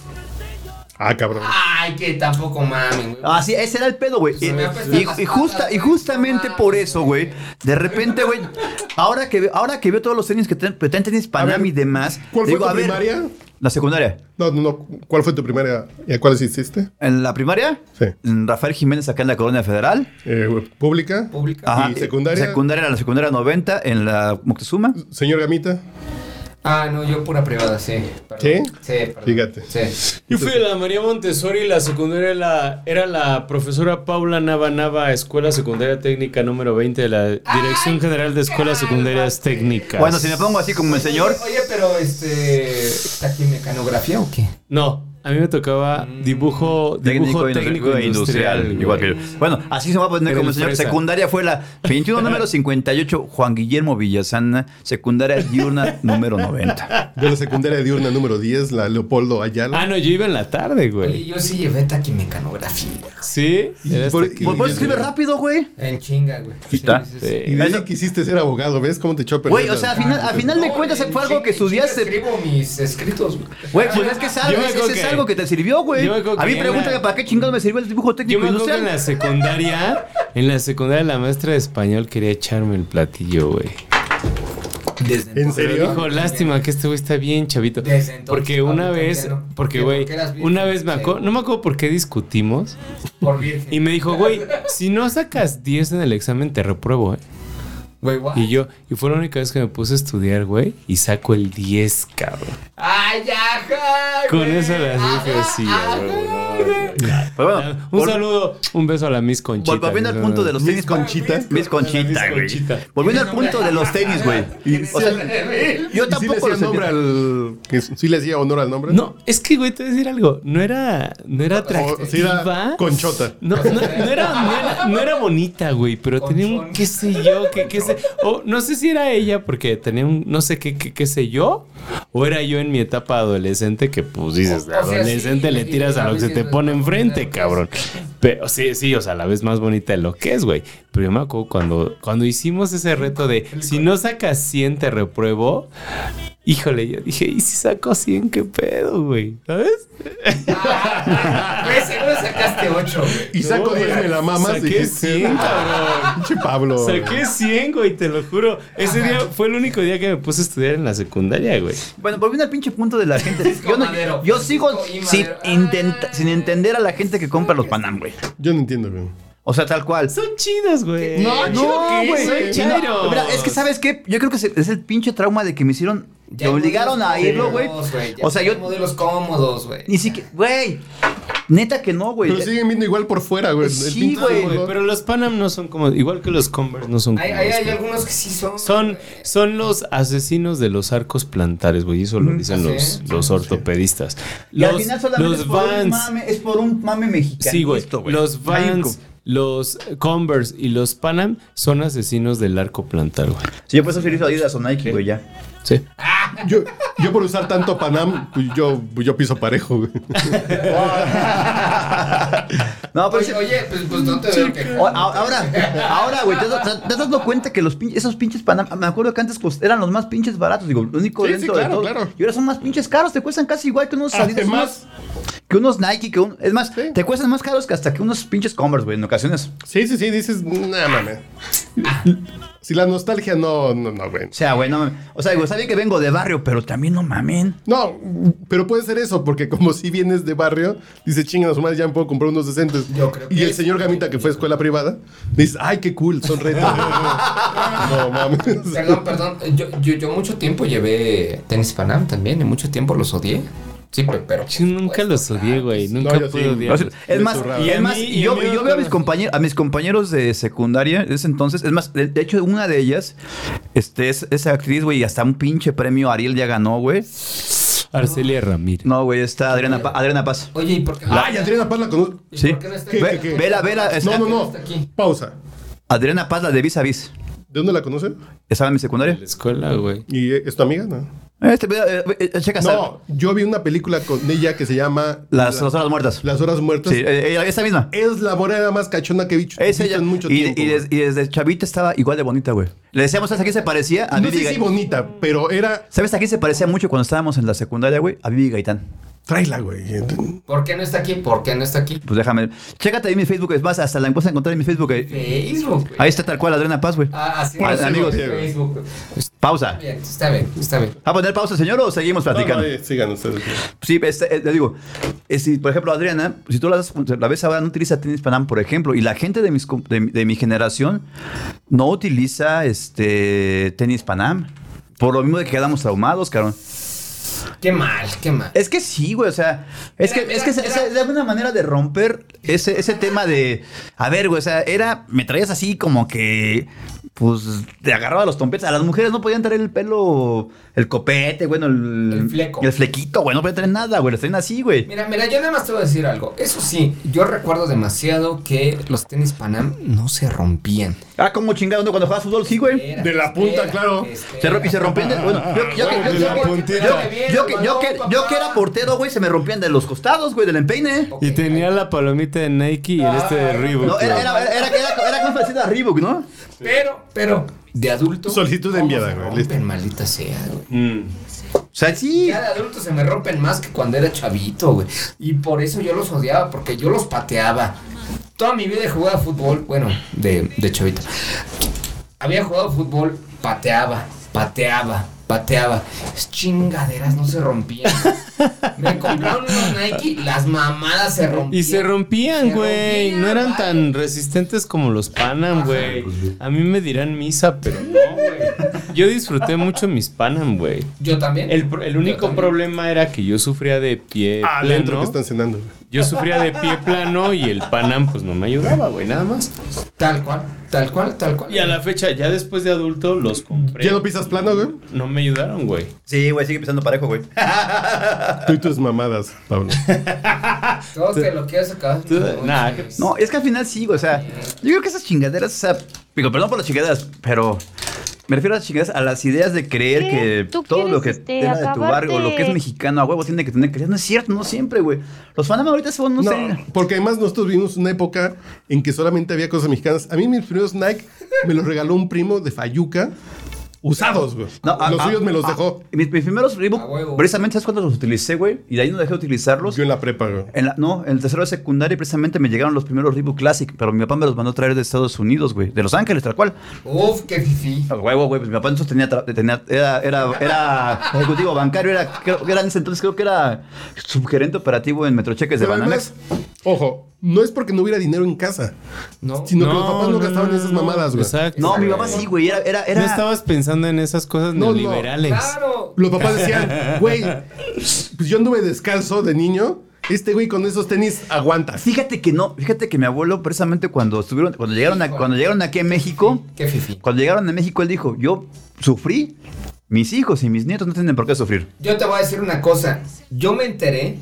Speaker 7: Ah, cabrón.
Speaker 8: Ay, que tampoco mamen, güey.
Speaker 10: Así, Ah, ese era el pedo, güey. Y,
Speaker 8: me apestan
Speaker 10: y-
Speaker 8: las
Speaker 10: y justa,
Speaker 8: patas,
Speaker 10: y justamente
Speaker 8: güey.
Speaker 10: por eso, güey. De repente, güey. Ahora que, ve- ahora que veo todos los tenis que traen, que traen tenis
Speaker 7: ver,
Speaker 10: Panam y demás.
Speaker 7: ¿Cuál
Speaker 10: digo,
Speaker 7: fue
Speaker 10: a
Speaker 7: tu
Speaker 10: ver,
Speaker 7: primaria?
Speaker 10: La secundaria.
Speaker 7: No, no, no. ¿Cuál fue tu primaria y a cuáles hiciste?
Speaker 10: En la primaria,
Speaker 7: Sí.
Speaker 10: en Rafael Jiménez acá en la Colonia Federal.
Speaker 7: Eh, güey, pública.
Speaker 8: Pública.
Speaker 10: Ajá.
Speaker 7: ¿Y secundaria?
Speaker 10: Secundaria, la secundaria 90, en la Moctezuma.
Speaker 7: Señor Gamita.
Speaker 8: Ah, no, yo pura privada, sí. perdón.
Speaker 7: ¿Sí?
Speaker 8: Sí, perdón.
Speaker 7: Fíjate.
Speaker 8: Sí.
Speaker 9: Yo fui a la María Montessori y la secundaria era la, era la profesora Paula Nava Nava, Escuela Secundaria Técnica número 20 de la Dirección General de Escuelas Secundarias Técnicas.
Speaker 10: Bueno, si me pongo así como el señor.
Speaker 8: Oye, pero este. ¿Está aquí mecanografía o qué?
Speaker 9: No, a mí me tocaba dibujo, dibujo técnico,
Speaker 10: e
Speaker 9: industrial. güey.
Speaker 10: Igual que yo. Bueno, así se va a poner
Speaker 9: Pero
Speaker 10: como el
Speaker 9: el
Speaker 10: señor.
Speaker 9: fresa.
Speaker 10: Secundaria fue la 21 número 58, Juan Guillermo Villasana. Secundaria diurna número 90.
Speaker 7: De la secundaria diurna número 10, la Leopoldo Ayala.
Speaker 9: Ah, no, yo iba en la tarde,
Speaker 8: Oye,
Speaker 9: güey.
Speaker 8: yo sí llevé taquimecanografía.
Speaker 9: Sí, era
Speaker 7: por-
Speaker 9: hasta que-
Speaker 10: Pues, pues escribe rápido, güey.
Speaker 8: En chinga, güey.
Speaker 10: está.
Speaker 8: Sí, sí, sí.
Speaker 7: Y
Speaker 9: Sí.
Speaker 7: de ahí quisiste ser abogado, ¿ves cómo te echó a perder
Speaker 10: Güey, o
Speaker 7: la-
Speaker 10: sea, a final, a final de
Speaker 8: No,
Speaker 10: cuentas
Speaker 8: en
Speaker 10: fue algo
Speaker 8: chinga-
Speaker 10: que
Speaker 8: en chinga
Speaker 10: estudiaste.
Speaker 8: Escribo mis escritos, güey.
Speaker 10: Güey, pues es que es algo,
Speaker 9: Yo me
Speaker 10: es, es
Speaker 9: acuerdo que-
Speaker 10: algo que te sirvió, güey.
Speaker 9: Yo me acuerdo
Speaker 10: A mí
Speaker 9: que en
Speaker 10: pregúntame
Speaker 9: la-
Speaker 10: para qué chingados me sirvió el dibujo
Speaker 9: Yo
Speaker 10: técnico
Speaker 9: me acuerdo que en
Speaker 10: industrial.
Speaker 9: la secundaria, en la secundaria la maestra de español quería echarme el platillo, güey.
Speaker 8: Desde
Speaker 7: ¿En
Speaker 8: entonces-
Speaker 9: Pero
Speaker 7: serio?
Speaker 9: dijo, lástima que este güey está bien chavito.
Speaker 8: Desde entonces,
Speaker 9: porque una
Speaker 8: papito,
Speaker 9: vez,
Speaker 8: ya no.
Speaker 9: porque
Speaker 8: Que
Speaker 9: güey,
Speaker 8: porque eras virgen,
Speaker 9: una vez me
Speaker 8: sí.
Speaker 9: acuerdo, no me acuerdo por qué discutimos.
Speaker 8: Por virgen.
Speaker 9: Y me dijo, güey, si no sacas 10 en el examen, te repruebo, eh.
Speaker 8: Güey, guau.
Speaker 9: Y yo, y fue la única vez que me puse a estudiar, güey, y saco el 10, cabrón.
Speaker 8: ¡Ay, ajá!
Speaker 9: Con
Speaker 8: güey. Ah,
Speaker 9: eso las dije,
Speaker 8: Ajá,
Speaker 9: sí,
Speaker 8: ajá,
Speaker 9: a huevo, no,
Speaker 8: güey.
Speaker 10: Pero Pues, bueno,
Speaker 9: Un
Speaker 10: vol-
Speaker 9: saludo, un beso a la Miss Conchita.
Speaker 10: Ah, Volviendo al punto de los
Speaker 7: Miss
Speaker 10: tenis
Speaker 7: Conchita.
Speaker 10: Miss Conchita,
Speaker 9: Miss
Speaker 10: güey.
Speaker 9: Conchita.
Speaker 10: Volviendo al punto de los tenis, güey. O sea, yo
Speaker 7: Y sí le
Speaker 10: tampoco
Speaker 7: hacía
Speaker 10: los
Speaker 7: nombre
Speaker 10: entendí.
Speaker 7: al... que ¿Sí le hacía honor al nombre?
Speaker 9: No, es que, güey, te voy a decir algo. No era, no era
Speaker 7: O, sí era
Speaker 9: atractiva.
Speaker 7: conchota.
Speaker 9: No, no, no era, no, era, no era bonita, güey, pero tenía un qué sé yo, qué, qué sé. O no sé si era ella, porque tenía un no sé qué, qué, qué sé yo. O era yo en mi etapa adolescente, que pues dices, de
Speaker 8: O sea, sí,
Speaker 9: adolescente le
Speaker 8: y- y
Speaker 9: tiras a
Speaker 8: a
Speaker 9: lo que se
Speaker 8: veces
Speaker 9: te
Speaker 8: no es
Speaker 9: pone
Speaker 8: tan
Speaker 9: enfrente,
Speaker 8: bonita.
Speaker 9: cabrón. Pero sí, sí, o sea, la vez más bonita de lo que es, güey. Pero yo me acuerdo cuando, cuando hicimos ese reto de si no sacas 100, te repruebo. Híjole, yo dije, ¿y si saco 100? ¿Qué pedo, güey? ¿Sabes?
Speaker 8: Güey, seguro sacaste 8, güey.
Speaker 7: Y saco
Speaker 9: No,
Speaker 7: 10
Speaker 9: güey.
Speaker 7: de la mamá.
Speaker 9: Saqué 100, cabrón.
Speaker 7: Pinche Pablo.
Speaker 9: Saqué 100, güey, te lo juro. Ese día fue el único día que me puse a estudiar en la secundaria, güey.
Speaker 10: Bueno, volviendo al pinche punto de la gente. Yo, no-
Speaker 8: Madero. pues,
Speaker 10: yo sigo
Speaker 8: Y
Speaker 10: sin,
Speaker 8: Madero.
Speaker 10: intenta- sin entender a la gente que compra los Panam, güey.
Speaker 7: Yo no entiendo, güey.
Speaker 10: O sea, tal cual.
Speaker 9: Son chidas, güey.
Speaker 8: Eh, No,
Speaker 10: No, güey.
Speaker 9: Son
Speaker 10: Mira,
Speaker 9: chidos.
Speaker 10: mira, es que sabes qué, yo creo que se- es el pinche trauma de que me hicieron, me
Speaker 8: Ya hay
Speaker 10: obligaron a
Speaker 8: modelos
Speaker 10: irlo, güey.
Speaker 8: cómodos, Ya
Speaker 10: O sea, yo
Speaker 8: hay modelos cómodos, güey.
Speaker 10: ni siquiera, güey. Neta que no, güey.
Speaker 7: Pero siguen viendo igual por fuera, güey. El
Speaker 10: Sí,
Speaker 7: pinche
Speaker 10: güey,
Speaker 7: color.
Speaker 9: Güey, Pero los Panam no son como. Igual que los Converse no son
Speaker 8: Hay,
Speaker 9: como.
Speaker 8: hay, hay algunos que sí son.
Speaker 9: Son,
Speaker 8: güey.
Speaker 9: son los asesinos de los arcos plantares, güey. Eso lo dicen
Speaker 8: Sí,
Speaker 9: los,
Speaker 8: sí,
Speaker 9: los ortopedistas.
Speaker 10: Y al
Speaker 9: Los-
Speaker 10: final solamente
Speaker 9: los
Speaker 10: es, por un
Speaker 9: Vans.
Speaker 10: mame, es por un mame mexicano.
Speaker 9: Sí, güey. Los Vans, los Converse y los Panam son asesinos del arco plantar, güey.
Speaker 10: Si yo puedo utilizo Adidas o Nike, güey, ya.
Speaker 9: Sí.
Speaker 7: Yo, yo pues por usar tanto Panam, pues, yo, yo piso parejo, güey.
Speaker 10: No, pero
Speaker 8: Oye,
Speaker 10: ese-
Speaker 8: oye, pues, pues no te veo que.
Speaker 10: O- a- Ahora, ahora, güey, ¿te, has- te has- te has dado cuenta que los pinches, esos pinches Panam, me acuerdo que antes cost- eran los más pinches baratos, digo, lo único
Speaker 7: Sí, sí,
Speaker 10: dentro
Speaker 7: claro,
Speaker 10: de todo.
Speaker 7: claro.
Speaker 10: Y ahora son más pinches caros, te cuestan casi igual que unos Adidas,
Speaker 7: Además-
Speaker 10: unos- que unos Nike, que un, es más,
Speaker 7: Sí.
Speaker 10: te cuestan más caros que hasta que unos pinches Converse, güey, en ocasiones.
Speaker 7: Sí, sí, sí, dices, nah, mames. Si la nostalgia no, no, no, güey.
Speaker 10: O sea, güey, no mames. O sea, digo, está bien que vengo de barrio, pero también no mamen.
Speaker 7: No, pero puede ser eso, porque como si vienes de barrio, dices, chingan a su madre, ya me puedo comprar unos decentes. y el señor Gamita, que fue a escuela privada, dices, ay, qué cool, son retos. no mames.
Speaker 8: Perdón, perdón. Yo, yo, yo mucho tiempo llevé tenis Panam también y mucho tiempo los odié. Sí, pe- pero. pues,
Speaker 9: Yo nunca los odié, güey. Nunca
Speaker 7: No, yo
Speaker 9: pude
Speaker 7: sí.
Speaker 9: odiar.
Speaker 7: Yo sí.
Speaker 10: Es
Speaker 7: Me
Speaker 10: más,
Speaker 7: zurraba.
Speaker 10: y
Speaker 9: Y a
Speaker 10: es más,
Speaker 9: mí-
Speaker 10: y
Speaker 9: y a
Speaker 10: yo,
Speaker 9: mí
Speaker 10: y
Speaker 9: me
Speaker 10: yo veo a mis
Speaker 9: acuerdo.
Speaker 10: compañeros, a mis compañeros de secundaria de ese entonces, es más, de, de hecho, una de ellas, este, es, esa actriz, güey, y hasta un pinche premio Ariel ya ganó, güey.
Speaker 9: Arcelia Ramírez.
Speaker 10: No, güey, está Adriana, Pa- Adriana Paz.
Speaker 8: Oye, ¿y por qué? Ah,
Speaker 7: Ay, Adriana Paz la conozco.
Speaker 8: ¿Y
Speaker 10: Sí.
Speaker 8: por qué no está
Speaker 7: ¿Qué,
Speaker 8: aquí?
Speaker 7: qué, qué?
Speaker 10: Vela, vela, es-
Speaker 7: No, no, no. Pausa.
Speaker 10: Adriana Paz, la de Vis a Vis.
Speaker 7: ¿De dónde la conoce?
Speaker 10: Estaba en mi secundaria.
Speaker 9: La escuela, güey.
Speaker 7: ¿Y es tu amiga? No.
Speaker 10: Este, eh, eh, eh, checa,
Speaker 7: No,
Speaker 10: sal-
Speaker 7: yo vi una película con ella que se llama
Speaker 10: las, las horas muertas.
Speaker 7: Las Horas Muertas.
Speaker 10: sí, eh, eh, esa misma.
Speaker 7: Es la borera más cachona que he visto
Speaker 10: Es ella.
Speaker 7: en mucho
Speaker 10: y,
Speaker 7: tiempo.
Speaker 10: y
Speaker 7: güey.
Speaker 10: des- y desde chavita estaba igual de bonita, güey. Le decíamos, ¿sabes a quién se parecía? A
Speaker 7: no
Speaker 10: Vivi
Speaker 7: sé si
Speaker 10: Gaitán.
Speaker 7: bonita, pero era.
Speaker 10: ¿Sabes a quién se parecía mucho cuando estábamos en la secundaria, güey? A Vivi Gaitán.
Speaker 7: Tráela, güey.
Speaker 8: ¿Por qué no está aquí? ¿Por qué no está aquí?
Speaker 10: Pues déjame. Chécate ahí mi Facebook, es más, hasta la puedes encontrar en mi Facebook. eh.
Speaker 8: Facebook. güey.
Speaker 10: Ahí está tal cual Adriana Paz, güey.
Speaker 8: Ah, así
Speaker 10: Ah,
Speaker 8: es,
Speaker 10: amigos.
Speaker 8: Facebook. güey.
Speaker 10: Pausa.
Speaker 8: Bien, está bien, está bien.
Speaker 10: ¿Va a poner pausa, señor, o seguimos platicando?
Speaker 7: No, no, eh, sigan ustedes. güey.
Speaker 10: Sí, este, eh, le digo, eh, si, por ejemplo, Adriana, si tú la, das- la ves ahora, no utiliza tenis Panam, por ejemplo, y la gente de, mis, com- de, mi- de mi generación no utiliza este tenis Panam. Por lo mismo de que quedamos traumados, cabrón.
Speaker 8: Qué mal, qué mal.
Speaker 10: Es que sí, güey, o sea, es
Speaker 8: Era-
Speaker 10: que, es que
Speaker 8: era-
Speaker 10: se- se- de alguna manera de romper ese, ese tema de, a ver, güey, o sea, era, me traías así como que, pues, te agarraba los tompetes. A las mujeres no podían traer el pelo, el copete, bueno, el,
Speaker 8: El fleco.
Speaker 10: El flequito, güey, no podían traer nada, güey, los traen así, güey.
Speaker 8: Mira, mira, yo nada más te voy a decir algo. Eso sí, yo recuerdo demasiado que los tenis Panam no se rompían.
Speaker 10: Ah, como chingado, ¿no? cuando jugabas fútbol, sí, güey.
Speaker 8: Espera,
Speaker 7: De la punta,
Speaker 8: espera,
Speaker 7: claro.
Speaker 8: espera.
Speaker 10: Se rom- y se rompían de, bueno, yo, yo, que- yo,
Speaker 7: De
Speaker 10: yo
Speaker 7: la
Speaker 10: que-
Speaker 7: puntita.
Speaker 10: yo- yo que- yo que- yo que era portero, güey, se me rompían de los costados, güey, del empeine.
Speaker 8: Ok,
Speaker 9: Y tenía la palomita de Nike y el este de Reebok.
Speaker 10: Ah, No, era,
Speaker 9: güey.
Speaker 10: era, era, era, era, era como parecido a Reebok, ¿no?
Speaker 8: Pero, pero, de adulto.
Speaker 7: Solicitud de
Speaker 8: ¿cómo
Speaker 7: enviada,
Speaker 8: se
Speaker 7: güey,
Speaker 8: rompen,
Speaker 7: listo.
Speaker 8: maldita sea, güey.
Speaker 10: O sea, sí.
Speaker 8: Ya de adulto se me rompen más que cuando era chavito, güey. Y por eso yo los odiaba, porque yo los pateaba. Toda mi vida he jugado a fútbol, bueno, de, de chavito. Había jugado a fútbol, pateaba, pateaba, pateaba. Esas chingaderas no se rompían. me compraron unos Nike, las mamadas se rompían.
Speaker 9: Y se rompían,
Speaker 8: Se
Speaker 9: güey.
Speaker 8: rompían,
Speaker 9: No eran
Speaker 8: vale.
Speaker 9: tan resistentes como los Panam, güey.
Speaker 7: pues
Speaker 9: A mí me dirán misa, pero no, güey. Yo disfruté mucho mis Panam, güey.
Speaker 8: Yo también.
Speaker 9: El, pro- el
Speaker 8: Yo
Speaker 9: único
Speaker 8: también.
Speaker 9: problema era que yo sufría de pie
Speaker 7: Adentro Ah, que
Speaker 9: plano.
Speaker 7: están cenando. güey.
Speaker 9: Yo sufría de pie plano y el Panam pues no me ayudaba, güey, nada más.
Speaker 8: Tal cual, tal cual, tal cual.
Speaker 9: Y a la fecha, ya después de adulto, los compré.
Speaker 7: ¿Ya no pisas plano, güey?
Speaker 9: No me ayudaron, güey.
Speaker 10: Sí, güey, sigue pisando parejo, güey.
Speaker 7: Tú y tus mamadas, Pablo.
Speaker 8: Todo te lo quieres acabar.
Speaker 9: Tú- nah, pues ¿qué-
Speaker 10: No, es que al final sí, güey, o sea, yo creo que esas chingaderas, o sea, digo, perdón por las chingaderas, pero me refiero a las chingaderas, a las ideas de creer
Speaker 3: ¿Qué?
Speaker 10: que
Speaker 3: ¿Tú
Speaker 10: todo lo que
Speaker 3: quieres, este,
Speaker 10: era de tu barrio o lo que es
Speaker 3: acabarte?
Speaker 10: mexicano a huevo tiene que tener que no es cierto, no siempre, güey. Los fanamas ahorita son, no,
Speaker 7: No,
Speaker 10: sé.
Speaker 7: porque además nosotros vivimos una época en que solamente había cosas mexicanas. A mí mis primeros Nike me los regaló un primo de Fayuca, usados, güey.
Speaker 10: No, a-
Speaker 7: los
Speaker 10: a-
Speaker 7: suyos me los
Speaker 10: a-
Speaker 7: dejó
Speaker 10: Mis, mis primeros
Speaker 8: A
Speaker 10: Reebok,
Speaker 8: huevo.
Speaker 10: precisamente, ¿sabes cuántos los utilicé, güey? Y de ahí no dejé de utilizarlos.
Speaker 7: yo en la prepa, güey.
Speaker 10: En la- no, en el tercero de secundaria precisamente me llegaron los primeros Reebok Classic, pero mi papá me los mandó a traer de Estados Unidos, güey, de Los Ángeles, tal cual.
Speaker 8: Uf, qué fifí.
Speaker 10: A huevo, güey, pues mi papá entonces tenía, tra- tenía- era, era, era ejecutivo bancario, era, creo que era en ese entonces, creo que era subgerente operativo en Metrocheques de
Speaker 7: Pero
Speaker 10: Banamex.
Speaker 7: además, ojo, no es porque no hubiera dinero en casa,
Speaker 8: No.
Speaker 7: sino que los papás no, gastaban
Speaker 9: no,
Speaker 7: esas mamadas, güey.
Speaker 9: Exacto.
Speaker 10: No, mi papá sí, güey, era, era, era-
Speaker 9: No estabas pensando en esas cosas
Speaker 7: No, no.
Speaker 9: neoliberales.
Speaker 8: Claro.
Speaker 7: Los papás decían, güey, pues yo anduve descalzo de niño, este güey con esos tenis aguanta.
Speaker 10: Fíjate que no, fíjate que mi abuelo precisamente cuando estuvieron, cuando llegaron, a- cuando llegaron aquí a México,
Speaker 8: Qué fifí.
Speaker 10: cuando llegaron a México, él dijo, yo sufrí, mis hijos y mis nietos no tienen por qué sufrir.
Speaker 8: Yo te voy a decir una cosa. Yo me enteré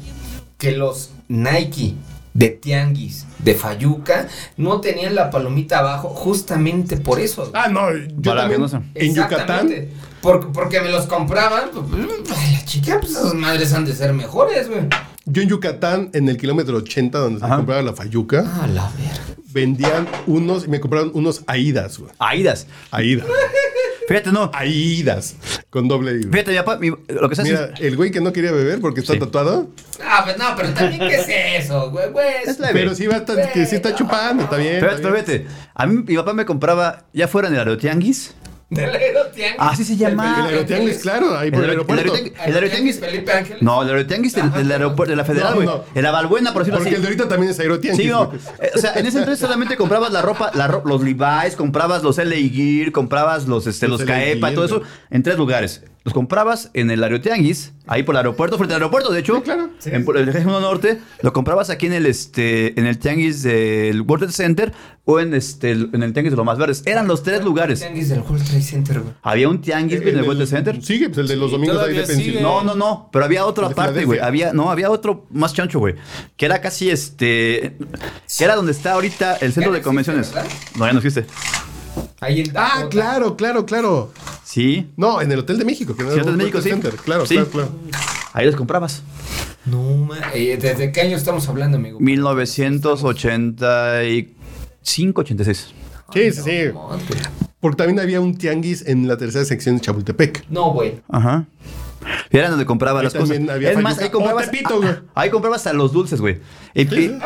Speaker 8: que los Nike de Tianguis, de Fayuca, no tenían la palomita abajo justamente por eso.
Speaker 7: Ah, no, yo
Speaker 10: Para que
Speaker 7: también,
Speaker 10: no se-
Speaker 7: en Yucatán.
Speaker 8: Exactamente. pues, Por- porque me los compraban. pues, ay, la chica, pues esas madres han de ser mejores, güey.
Speaker 7: Yo en Yucatán, en el kilómetro 80, donde se
Speaker 10: Ajá.
Speaker 7: compraba la fayuca,
Speaker 8: A la verga.
Speaker 7: vendían unos, y me compraron unos Aidas, güey.
Speaker 10: Aidas.
Speaker 7: Aida.
Speaker 10: Fíjate, no.
Speaker 7: Aidas. Con doble I. güey.
Speaker 10: Fíjate, mi papá, mi- lo que se hace
Speaker 7: Mira, el güey que no quería beber porque está
Speaker 10: Sí.
Speaker 7: tatuado,
Speaker 8: Ah, pues no, pero también, ¿qué es eso, güey? Pues,
Speaker 10: es leve.
Speaker 7: pero sí va a estar- que sí está chupando, está bien.
Speaker 10: Pero,
Speaker 7: está
Speaker 10: pero
Speaker 7: bien.
Speaker 10: vete, a mí mi papá me compraba ya fuera en el Aerotianguis.
Speaker 8: del aerotianguis.
Speaker 10: Así se llama.
Speaker 7: El aerotianguis, claro, ahí por el aeropuerto.
Speaker 10: aerotang- el aerotianguis-
Speaker 8: Felipe Ángeles.
Speaker 10: No, el Aerotianguis del, del aeropuerto, de la Federal,
Speaker 7: No,
Speaker 10: güey.
Speaker 7: no.
Speaker 10: En la Balbuena, por decirlo
Speaker 7: Porque
Speaker 10: así.
Speaker 7: el de ahorita también es aerotianguis.
Speaker 10: Sí, no.
Speaker 7: güey.
Speaker 10: Eh, O sea, en ese entonces solamente comprabas la ropa, la ro- los Levi's, comprabas los LA Gear, comprabas los, este,
Speaker 7: Los
Speaker 10: los,
Speaker 7: LA
Speaker 10: Caepa,
Speaker 7: Gear,
Speaker 10: todo eso
Speaker 7: güey.
Speaker 10: en tres lugares. Los comprabas en el Aerotianguis, ahí por el aeropuerto, frente al aeropuerto, de hecho.
Speaker 7: claro.
Speaker 10: En por el eje 1 Norte, lo comprabas aquí en el este en el Tianguis del World Trade Center o en este el- en el Tianguis de los Más Verdes. Eran los tres lugares.
Speaker 8: Tianguis del World Trade Center, güey.
Speaker 10: Había un Tianguis güey, en el
Speaker 7: del-
Speaker 10: World Trade Center.
Speaker 7: Sí, pues el de los domingos ahí de
Speaker 9: todavía
Speaker 7: Pensilvania.
Speaker 9: sigue.
Speaker 10: No, no, no, pero había otro
Speaker 7: El de
Speaker 10: aparte, güey.
Speaker 7: Filadelfia.
Speaker 10: Había, no, había otro más chancho, güey. Que era casi este. Que era donde está ahorita el centro
Speaker 8: Ya no
Speaker 10: de convenciones.
Speaker 8: existe, ¿verdad?
Speaker 10: No, ya no existe.
Speaker 8: Ahí en
Speaker 7: Ah,
Speaker 8: Dakota.
Speaker 7: claro, claro, claro.
Speaker 10: Sí,
Speaker 7: No, en el Hotel de México. Que no
Speaker 10: Sí,
Speaker 7: era
Speaker 10: Hotel de
Speaker 7: un
Speaker 10: México, sí.
Speaker 7: Center. Claro,
Speaker 10: Sí.
Speaker 7: claro, claro.
Speaker 10: ahí los comprabas.
Speaker 8: No, ma- eh, ¿Desde qué año estamos hablando, amigo?
Speaker 10: 1985, 86.
Speaker 7: Sí, sí, sí.
Speaker 8: No,
Speaker 7: Porque también había un tianguis en la tercera sección de Chapultepec.
Speaker 8: No, güey.
Speaker 10: Ajá. Y era donde compraba
Speaker 7: Ahí
Speaker 10: las cosas.
Speaker 7: también había
Speaker 10: Es más,
Speaker 7: fayuca.
Speaker 10: ahí comprabas.
Speaker 7: O Tepito, güey.
Speaker 10: ahí comprabas a los dulces, güey. Y- y-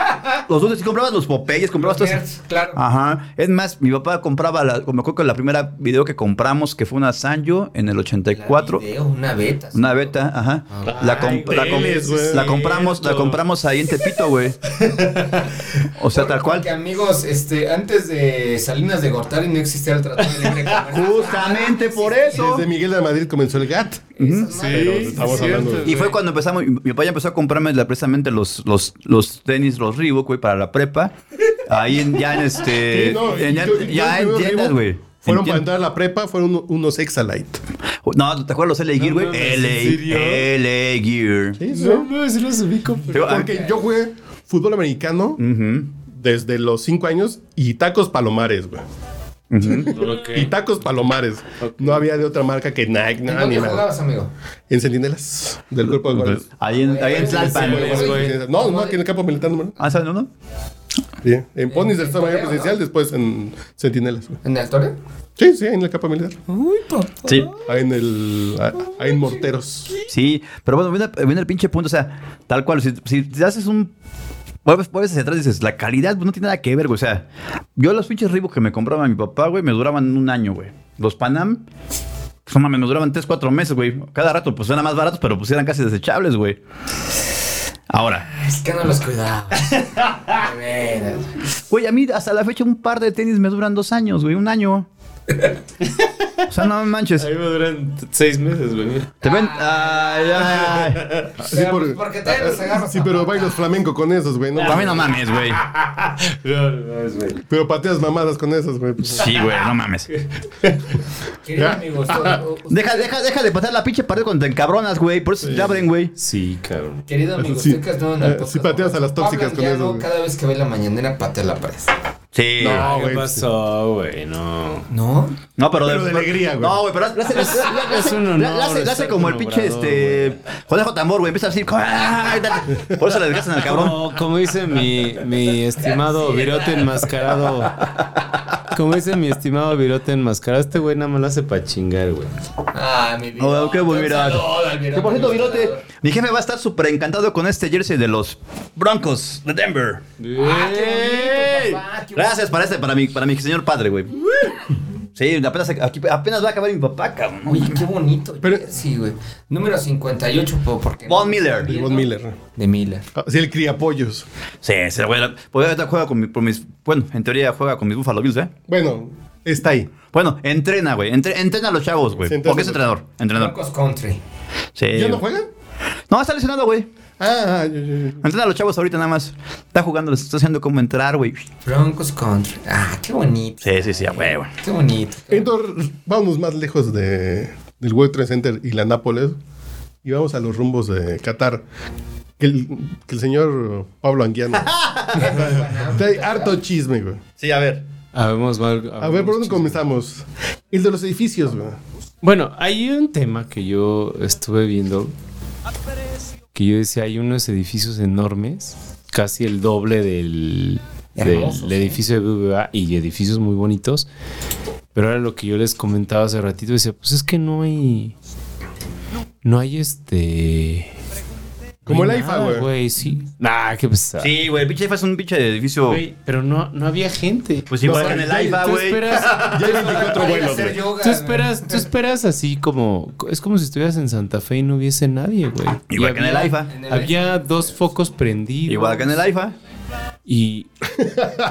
Speaker 10: Los dulces, sí comprabas los popeyes, comprabas todo eso.
Speaker 8: Nerds, claro.
Speaker 10: Ajá. Es más, mi papá compraba, la, me acuerdo que la primera video que compramos, que fue una Sanyo en el
Speaker 8: La
Speaker 10: 84.
Speaker 8: video, una beta. sí.
Speaker 10: Una beta, ajá. La, com-
Speaker 9: Ay, güey,
Speaker 10: la com-
Speaker 7: es cierto.
Speaker 10: la compramos, la compramos ahí en Tepito, güey. O sea, tal cual.
Speaker 8: Porque, amigos, este, antes de Salinas de Gortari no existía el Tratado de Libre Comercio.
Speaker 10: Justamente por eso.
Speaker 7: Desde Miguel de Madrid comenzó el GATT. Pero estamos hablando de-
Speaker 10: Y fue cuando empezamos, mi mi papá ya empezó a comprarme la- precisamente los, los, los tenis, los Reebok, güey, para la prepa. Ahí en, ya en este.
Speaker 7: Sí, no,
Speaker 10: en- ya
Speaker 7: yo- yo
Speaker 10: ya en
Speaker 7: primero
Speaker 10: tiendas,
Speaker 7: digo,
Speaker 10: güey.
Speaker 7: Fueron
Speaker 10: En
Speaker 7: para
Speaker 10: tiendas.
Speaker 7: entrar a la prepa, fueron unos Exalite.
Speaker 10: No, ¿te acuerdas los LA Gear, güey?
Speaker 9: mames, ¿en serio?
Speaker 10: LA, LA Gear.
Speaker 9: No, no, se los ubico. pero-
Speaker 10: Digo, ah,
Speaker 7: Porque yo jugué fútbol americano
Speaker 10: ujú.
Speaker 7: desde los 5 años y tacos palomares, güey. Y tacos palomares. No había de otra marca que Nike,
Speaker 8: ¿En
Speaker 7: nada, ni
Speaker 8: dónde
Speaker 7: nada.
Speaker 8: jugabas, amigo?
Speaker 9: ah.
Speaker 7: En Centinelas del cuerpo
Speaker 10: Pues,
Speaker 7: de guardias.
Speaker 10: ah, Ahí en, ahí en Tlalpan.
Speaker 9: Sí, güey.
Speaker 7: No, no, aquí en el campo militar número.
Speaker 10: Ah, ¿sabes, no?
Speaker 7: Sí, en Ponis del
Speaker 8: en
Speaker 7: Estado Mayor
Speaker 8: Toreo,
Speaker 7: Presidencial, después en Centinelas. güey.
Speaker 8: ¿En el Toreo?
Speaker 7: Sí, sí, ahí en el campo militar.
Speaker 10: Sí.
Speaker 7: Ahí en el. ah, Ahí en Morteros.
Speaker 10: Sí, pero bueno, viene, viene el pinche punto. O sea, tal cual, si, si te haces un. Vuelves, vuelves hacia atrás y dices, la calidad pues, no tiene nada que ver, güey. O sea, yo los pinches ribos que me compraba mi papá, güey, me duraban un año, güey. Los Panam, pues, no mames, me duraban 3, 4 meses, güey. Cada rato, pues eran más baratos, pero pues eran casi desechables, güey. Ahora,
Speaker 8: Es que no los cuidaba. De veras.
Speaker 10: güey, a mí hasta la fecha un par de tenis me duran dos años, güey, un año. O sea, no manches.
Speaker 9: A mí me duran t- seis meses, güey.
Speaker 10: Te ven. Ay, ay.
Speaker 7: Sí, por-
Speaker 8: pues, porque te los agarras
Speaker 7: sí
Speaker 8: a
Speaker 7: pero
Speaker 8: patadas.
Speaker 7: bailas flamenco con esos, güey. No,
Speaker 10: También no mames, güey.
Speaker 9: No, no, es, güey.
Speaker 7: Pero pateas mamadas con esas, güey. pues.
Speaker 10: Sí, güey, no mames.
Speaker 8: Querido
Speaker 7: Ya.
Speaker 8: amigo, usted-
Speaker 10: Deja, deja, deja de pasar la pinche pared cuando te encabronas, güey. Por eso te abren, güey.
Speaker 9: Sí, cabrón.
Speaker 8: Querido amigo,
Speaker 7: Sí.
Speaker 8: usted que es nuevo en el
Speaker 7: Eh, sí pateas a las tóxicas
Speaker 8: Pablo
Speaker 7: con
Speaker 8: Anguiano,
Speaker 7: eso, güey.
Speaker 8: Cada vez que ve la mañanera, patea la pared.
Speaker 10: Sí. No,
Speaker 7: No,
Speaker 9: ¿Qué
Speaker 7: güey.
Speaker 9: pasó, güey? pues, No.
Speaker 8: ¿No?
Speaker 10: pero,
Speaker 7: Pero de alegría, güey.
Speaker 10: No, güey, pero la hace, la hace- la hace-
Speaker 9: Es un honor
Speaker 10: la- la hace- la hace
Speaker 9: estar
Speaker 10: como el
Speaker 9: con
Speaker 10: pinche
Speaker 9: Obrador,
Speaker 10: este. Conejo tambor, güey. Empieza a decir. "Ay, dale". Por eso le desgastan al cabrón.
Speaker 9: Como, como dice mi, mi estimado virote enmascarado. Como dice mi estimado virote enmascarado, este güey nada más lo hace para chingar, güey.
Speaker 8: Ah, mi vida.
Speaker 10: Oh, qué buen virote. Que por cierto, virote, mi jefe va a estar súper encantado con este jersey de los Broncos de Denver.
Speaker 8: Ah, qué bonito, papá, qué
Speaker 10: Gracias para este, para mi, para mi señor padre, güey. Sí, apenas, aquí, apenas va a acabar mi papá, cabrón.
Speaker 8: Oye, qué bonito.
Speaker 7: Pero-
Speaker 8: sí, güey. Número 58, po, porque.
Speaker 10: Von Miller.
Speaker 7: El Von Miller.
Speaker 8: De Miller.
Speaker 7: Ah, Sí, el criapollos.
Speaker 10: Sí, sí, güey. Pues ahorita juega con mi- por mis. Bueno, en teoría juega con mis Buffalo Bills, ¿eh?
Speaker 7: Bueno, está ahí.
Speaker 10: Bueno, entrena, güey. Entre- entrena a los chavos, güey.
Speaker 7: Sí, entrena
Speaker 10: Porque es
Speaker 7: a los-
Speaker 10: entrenador. Entrenador.
Speaker 8: Broncos Country.
Speaker 10: Sí.
Speaker 8: Eh,
Speaker 7: ¿Ya no
Speaker 10: güey.
Speaker 7: juega?
Speaker 10: No, está lesionado, güey.
Speaker 7: Ah, ah, yo- yo- yo.
Speaker 10: Entrena a los chavos ahorita nada más. Está jugando, les está haciendo cómo entrar, güey.
Speaker 8: Broncos Country. Ah, qué bonito.
Speaker 10: Sí, sí, sí, a huevo.
Speaker 8: Qué bonito.
Speaker 7: Entonces, vamos más lejos de, del World Trade Center y la Nápoles y vamos a los rumbos de Qatar. Que el, que el señor Pablo Anguiano. Hay harto chisme, güey.
Speaker 10: Sí, a ver.
Speaker 9: Habemos mal-
Speaker 7: A ver, ¿por
Speaker 9: habemos
Speaker 7: dónde comenzamos? El de los edificios, güey.
Speaker 9: Bueno, hay un tema que yo estuve viendo que yo decía, hay unos edificios enormes, casi el doble del, del-
Speaker 11: Hermosos,
Speaker 9: del edificio de BBVA y edificios muy bonitos. Pero era lo que yo les comentaba hace ratito, decía, pues es que no hay... No hay este...
Speaker 7: Como
Speaker 9: no hay
Speaker 7: el AIFA,
Speaker 9: nada,
Speaker 7: güey.
Speaker 9: sí. Nah, qué pesado.
Speaker 10: Sí, güey, el pinche IFA es un pinche edificio.
Speaker 9: Güey, pero no, no había gente.
Speaker 10: Pues
Speaker 7: No,
Speaker 10: igual
Speaker 7: o sea,
Speaker 10: que en
Speaker 7: ya-
Speaker 10: el IFA,
Speaker 9: tú
Speaker 10: güey.
Speaker 9: esperas-
Speaker 7: Ya hay 24
Speaker 8: Para ir a
Speaker 7: vuelos,
Speaker 8: hacer
Speaker 7: güey.
Speaker 8: yoga,
Speaker 9: Tú
Speaker 8: güey.
Speaker 9: esperas, tú esperas así como. Es como si estuvieras en Santa Fe y no hubiese nadie, güey.
Speaker 10: Igual
Speaker 9: Y
Speaker 10: que en el
Speaker 9: había-
Speaker 10: IFA.
Speaker 8: En el-
Speaker 9: Había dos focos prendidos.
Speaker 10: Igual que en el IFA.
Speaker 9: Y,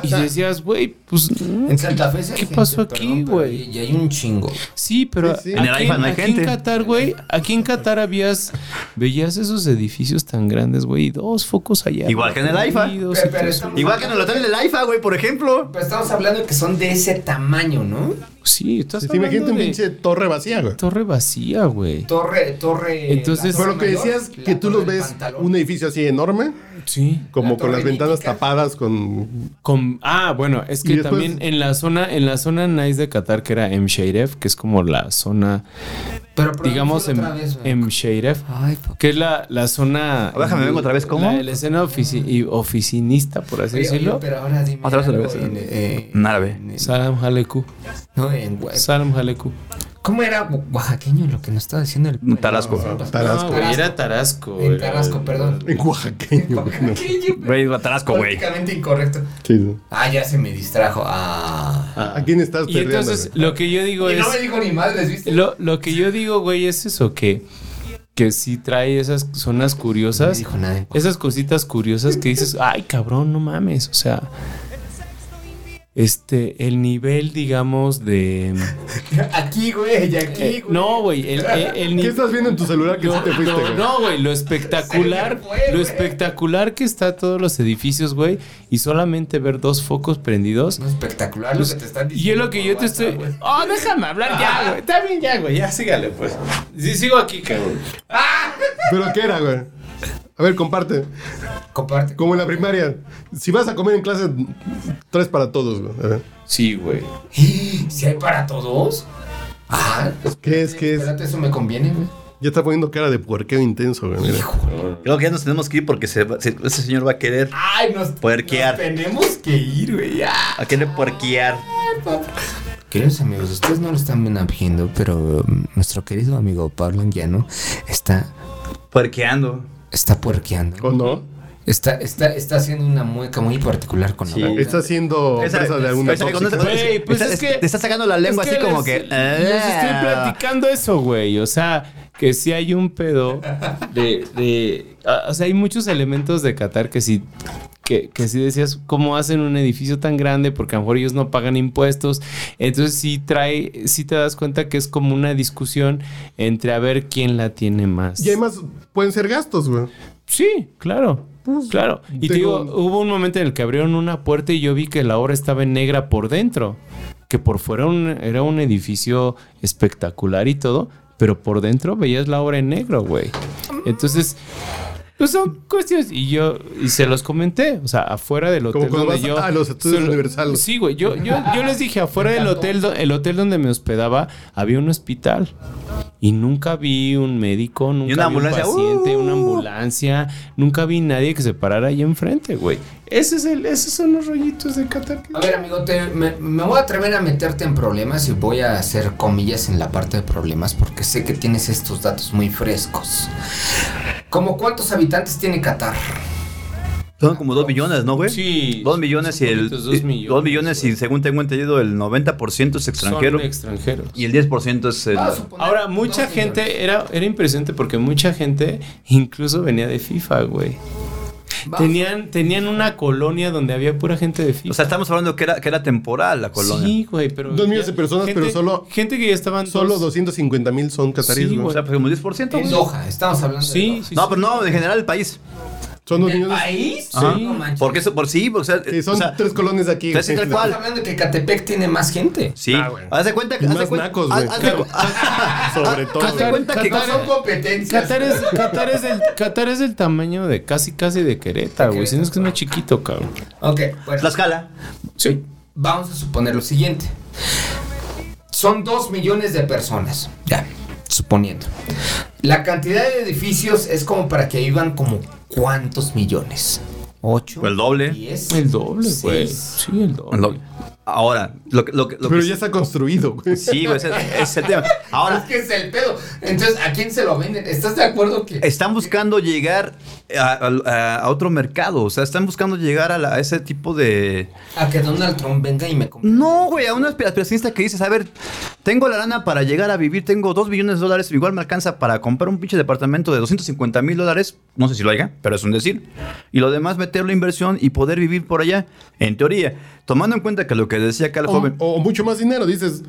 Speaker 9: y decías, güey, pues. mm,
Speaker 8: En Santa Fe sí hay
Speaker 9: ¿Qué
Speaker 8: gente,
Speaker 9: pasó
Speaker 8: perdón,
Speaker 9: aquí,
Speaker 8: pero
Speaker 9: güey?
Speaker 8: Y y hay un chingo.
Speaker 9: Sí, pero
Speaker 7: Sí, sí.
Speaker 9: aquí
Speaker 10: En el iPhone no hay
Speaker 9: aquí
Speaker 10: gente.
Speaker 9: en Qatar, güey, aquí en Qatar habías, veías esos edificios tan grandes, güey, y dos focos allá.
Speaker 10: Igual que en el IFA.
Speaker 9: prendidos
Speaker 8: Pero-
Speaker 9: y
Speaker 8: pero
Speaker 9: todo
Speaker 8: estamos-
Speaker 9: eso.
Speaker 10: Igual que en el hotel del IFA, güey, por ejemplo.
Speaker 8: Pero estamos hablando que son de ese tamaño, ¿no?
Speaker 9: Sí, estás
Speaker 7: Sí, Imagínate
Speaker 9: hablando
Speaker 7: un
Speaker 9: de
Speaker 7: pinche torre vacía, güey.
Speaker 9: torre vacía, güey.
Speaker 8: Torre, torre. la
Speaker 9: Entonces-
Speaker 7: Pero
Speaker 8: torre
Speaker 7: lo que
Speaker 8: mayor,
Speaker 7: decías,
Speaker 8: la
Speaker 7: que tú
Speaker 8: torre
Speaker 7: los
Speaker 8: del
Speaker 7: ves
Speaker 8: pantalón.
Speaker 7: un edificio así enorme,
Speaker 9: Sí.
Speaker 7: como
Speaker 8: La
Speaker 7: con
Speaker 8: torre
Speaker 7: las ventanas
Speaker 8: mítica.
Speaker 7: tapadas con...
Speaker 9: Con- ah, bueno, es
Speaker 7: Y
Speaker 9: que
Speaker 7: después-
Speaker 9: también en la zona, en la zona nice de Qatar, que era Msheiref, que es como la zona,
Speaker 8: Pero probemos
Speaker 9: digamos,
Speaker 8: otra
Speaker 9: em-
Speaker 8: vez, güey.
Speaker 9: Msheiref,
Speaker 8: Ay, papá.
Speaker 9: que es la, la zona.
Speaker 10: A ver, déjame vengo otra vez, ¿cómo?
Speaker 9: La, la escena ofici- y oficinista, por así
Speaker 8: Oye, oye,
Speaker 9: decirlo.
Speaker 8: pero ahora dime.
Speaker 10: Otra vez, otra
Speaker 8: algo
Speaker 10: vez.
Speaker 8: en, eh,
Speaker 10: En árabe.
Speaker 8: en-
Speaker 9: Salam Haleku.
Speaker 8: no, en Oaxaca.
Speaker 9: Salam Haleku.
Speaker 8: ¿Cómo era o- oaxaqueño lo que nos estaba diciendo el
Speaker 10: Un tarasco.
Speaker 7: Tarasco.
Speaker 9: No, güey, era Tarasco.
Speaker 8: En
Speaker 9: era-
Speaker 8: Tarasco, perdón.
Speaker 7: En oaxaqueño, güey. no.
Speaker 8: Oaxaqueño,
Speaker 10: Güey, batarasco, güey.
Speaker 8: Políticamente incorrecto.
Speaker 7: Sí, sí.
Speaker 8: Ah, ya se me distrajo. Ah.
Speaker 7: ¿A quién estás
Speaker 9: Y
Speaker 7: perdiendo?
Speaker 9: entonces, lo que yo digo
Speaker 8: Y
Speaker 9: es.
Speaker 8: no me dijo ni madres, ¿viste?
Speaker 9: Lo, lo que yo digo, güey, es eso, que, que sí trae esas zonas
Speaker 8: No me
Speaker 9: curiosas.
Speaker 8: dijo nada.
Speaker 9: Esas cositas curiosas que dices, ay cabrón, no mames, o sea, este, el nivel, digamos, de...
Speaker 8: Aquí, güey, y aquí,
Speaker 9: eh,
Speaker 8: güey.
Speaker 9: no, güey, el, eh, el, el
Speaker 7: ¿Qué
Speaker 9: ni-
Speaker 7: estás viendo en tu celular que sí
Speaker 9: lo-
Speaker 7: te fuiste,
Speaker 9: lo-
Speaker 7: güey?
Speaker 9: no, güey, lo espectacular,
Speaker 8: Se me fue,
Speaker 9: lo
Speaker 8: güey.
Speaker 9: espectacular que está todos los edificios, güey, y solamente ver dos focos prendidos.
Speaker 8: No, espectacular lo que te están
Speaker 9: Pues, Y
Speaker 8: diciendo.
Speaker 9: es lo que yo te estoy...
Speaker 8: güey.
Speaker 9: Oh, déjame hablar ya, güey. Está bien ya, güey. Ya, sígale, pues. Sí, sigo aquí, cabrón.
Speaker 7: ¿Pero qué era, güey? A ver, comparte.
Speaker 8: Comparte.
Speaker 7: Como en la primaria. Si vas a comer en clase, tres para todos, güey. A ver.
Speaker 9: Sí, güey.
Speaker 8: Si hay para todos. Ah,
Speaker 7: ¿Qué es? ¿Qué es?
Speaker 8: espérate, eso me conviene, güey.
Speaker 7: Ya está poniendo cara de puerqueo intenso, güey. Mira.
Speaker 10: Creo que ya nos tenemos que ir porque se va- se- ese señor va a querer,
Speaker 8: Ay, nos,
Speaker 10: Puerquear.
Speaker 8: nos tenemos que ir, güey. ya.
Speaker 10: a querer puerquear.
Speaker 8: Queridos amigos, ustedes no lo están viendo, pero um, nuestro querido amigo Pablo Anguiano está,
Speaker 10: Puerqueando.
Speaker 8: está puerqueando.
Speaker 7: ¿O no?
Speaker 8: Está, está, está haciendo una mueca muy particular con la
Speaker 10: Sí.
Speaker 8: boca.
Speaker 7: Está haciendo presa de alguna
Speaker 10: esa-
Speaker 7: tóxica.
Speaker 10: cuando-
Speaker 9: Güey, pues
Speaker 10: está-
Speaker 9: es que-
Speaker 10: Te está sacando la lengua
Speaker 9: Es que
Speaker 10: así como
Speaker 9: les-
Speaker 10: que. "Ah".
Speaker 9: Les estoy platicando eso, güey. O sea, que sí hay un pedo de. de- ah, o sea, hay muchos elementos de Qatar que sí. Que, que sí decías, ¿cómo hacen un edificio tan grande? Porque a lo mejor ellos no pagan impuestos. Entonces sí trae, sí te das cuenta que es como una discusión entre a ver quién la tiene más.
Speaker 7: Y además, pueden ser gastos, güey.
Speaker 9: Sí, claro. Claro. Y te
Speaker 7: tengo-
Speaker 9: digo, hubo un momento en el que abrieron una puerta y yo vi que la obra estaba en negra por dentro. Que por fuera un- era un edificio espectacular y todo, pero por dentro veías la obra en negro, güey. Entonces, pues son cuestiones. Y yo, y se los comenté, o sea, afuera del hotel
Speaker 7: Como cuando
Speaker 9: donde
Speaker 7: vas
Speaker 9: yo.
Speaker 7: a los estudios
Speaker 9: solo-
Speaker 7: universales.
Speaker 9: Sí, güey. Yo, yo, yo les dije, afuera del hotel, do- el hotel donde me hospedaba, había un hospital. Y nunca vi un médico,
Speaker 10: una
Speaker 9: nunca vi un
Speaker 10: ambulancia,
Speaker 9: paciente,
Speaker 10: ¡uh!
Speaker 9: una ambulancia, nunca vi nadie que se parara ahí enfrente, güey. Ese es el, esos son los rollitos de Qatar. que-
Speaker 8: A ver, amigo, te- me, me voy a atrever a meterte en problemas y voy a hacer comillas en la parte de problemas porque sé que tienes estos datos muy frescos. ¿Cómo cuántos habitantes tiene Qatar?
Speaker 10: Son como 2 millones, ¿no, güey?
Speaker 9: Sí.
Speaker 10: 2 millones y el.
Speaker 9: Poquitos, dos millones,
Speaker 10: dos millones y según tengo entendido, el 90% es extranjero.
Speaker 9: Son Ah, extranjeros.
Speaker 10: Y el 10% es el.
Speaker 8: Vamos a suponer
Speaker 9: Ahora,
Speaker 8: dos
Speaker 9: mucha
Speaker 8: millones.
Speaker 9: gente, era, era impresionante porque mucha gente incluso venía de FIFA, güey.
Speaker 8: Vamos.
Speaker 9: Tenían, tenían una colonia donde había pura gente de FIFA.
Speaker 10: O sea, estamos hablando que era, que era temporal la colonia.
Speaker 9: Sí, güey, pero.
Speaker 7: Dos millones
Speaker 9: ya-
Speaker 7: de personas, pero solo-
Speaker 9: Gente que ya estaban.
Speaker 7: Solo
Speaker 9: dos-
Speaker 7: 250 mil son cataríes,
Speaker 9: Sí,
Speaker 7: güey.
Speaker 10: O sea, pues como 10%.
Speaker 8: En
Speaker 10: güey.
Speaker 8: Doha, estamos hablando
Speaker 9: Sí,
Speaker 8: de
Speaker 9: sí.
Speaker 10: No,
Speaker 9: sí.
Speaker 10: pero no, en general el país.
Speaker 7: Son dos
Speaker 8: Doha. ¿Del
Speaker 7: millones.
Speaker 8: país?
Speaker 10: Ajá.
Speaker 8: Ah, No manches.
Speaker 10: Porque eso, por sí, o sea,
Speaker 7: Sí, son
Speaker 10: o sea,
Speaker 7: tres colonias de aquí.
Speaker 10: tres y
Speaker 7: güey.
Speaker 10: tal
Speaker 8: Estamos
Speaker 10: cual.
Speaker 8: hablando de que Catepec tiene más gente.
Speaker 10: Sí.
Speaker 9: Ah,
Speaker 10: haz de cuenta que.
Speaker 7: Y
Speaker 10: haz de
Speaker 7: más
Speaker 10: cuenta-
Speaker 7: nacos,
Speaker 10: haz-
Speaker 7: güey.
Speaker 10: haz de cu-
Speaker 7: Sobre todo,
Speaker 10: haz de
Speaker 7: güey.
Speaker 10: cuenta que.
Speaker 9: Qatar-
Speaker 8: Son competencias.
Speaker 9: Qatar es, Qatar es del, Qatar es del tamaño de casi casi de Querétaro, güey. Si no es que es más chiquito, cabrón.
Speaker 8: Ok, bueno.
Speaker 10: Tlaxcala.
Speaker 9: Sí.
Speaker 8: Vamos a suponer lo siguiente. Son dos millones de personas. Ya, suponiendo. La cantidad de edificios es como para que vivan como cuántos millones. ¿Ocho?
Speaker 10: El doble.
Speaker 8: ¿Diez?
Speaker 9: El doble, güey.
Speaker 8: seis.
Speaker 9: Sí, el doble.
Speaker 10: Ahora, lo que. Lo, que- lo
Speaker 7: Pero
Speaker 10: que-
Speaker 7: ya está construido, güey.
Speaker 10: Sí, güey, ese, ese es el tema.
Speaker 8: Ahora es
Speaker 10: Ahora,
Speaker 8: que es el pedo. Entonces, ¿a quién se lo venden? ¿Estás de acuerdo que
Speaker 10: están buscando llegar a, a- a otro mercado. O sea, están buscando llegar a, la- a ese tipo de.
Speaker 8: a que Donald Trump venga y me compre?
Speaker 10: No, güey, a un aspir- aspiracionista que dices, a ver, tengo la lana para llegar a vivir, tengo 2 billones de dólares, igual me alcanza para comprar un pinche departamento de 250 mil dólares, no sé si lo haya, pero es un decir, y lo demás meterlo en inversión y poder vivir por allá, en teoría, tomando en cuenta que lo que decía acá el
Speaker 7: O,
Speaker 10: joven,
Speaker 7: o mucho más dinero, dices.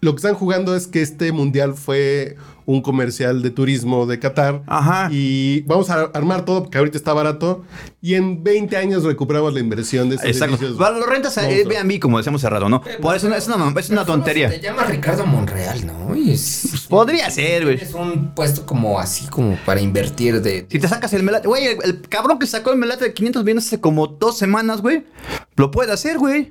Speaker 7: Lo que están jugando es que este mundial fue un comercial de turismo de Qatar.
Speaker 10: Ajá.
Speaker 7: Y vamos a armar todo, que ahorita está barato. Y en 20 años recuperamos la inversión de esos
Speaker 10: Exacto.
Speaker 7: edificios.
Speaker 10: Lo rentas a, eh, ve a mí, como decíamos hace rato, ¿no? Por eso no- es una, es una tontería.
Speaker 8: Te llama Ricardo Monreal, ¿no? Y es,
Speaker 10: Podría ser, güey.
Speaker 8: es un puesto como así, como para invertir de.
Speaker 10: Si te sacas el melate, güey, el, el cabrón que sacó el melate de 500 millones hace como dos semanas, güey, lo puede hacer, güey.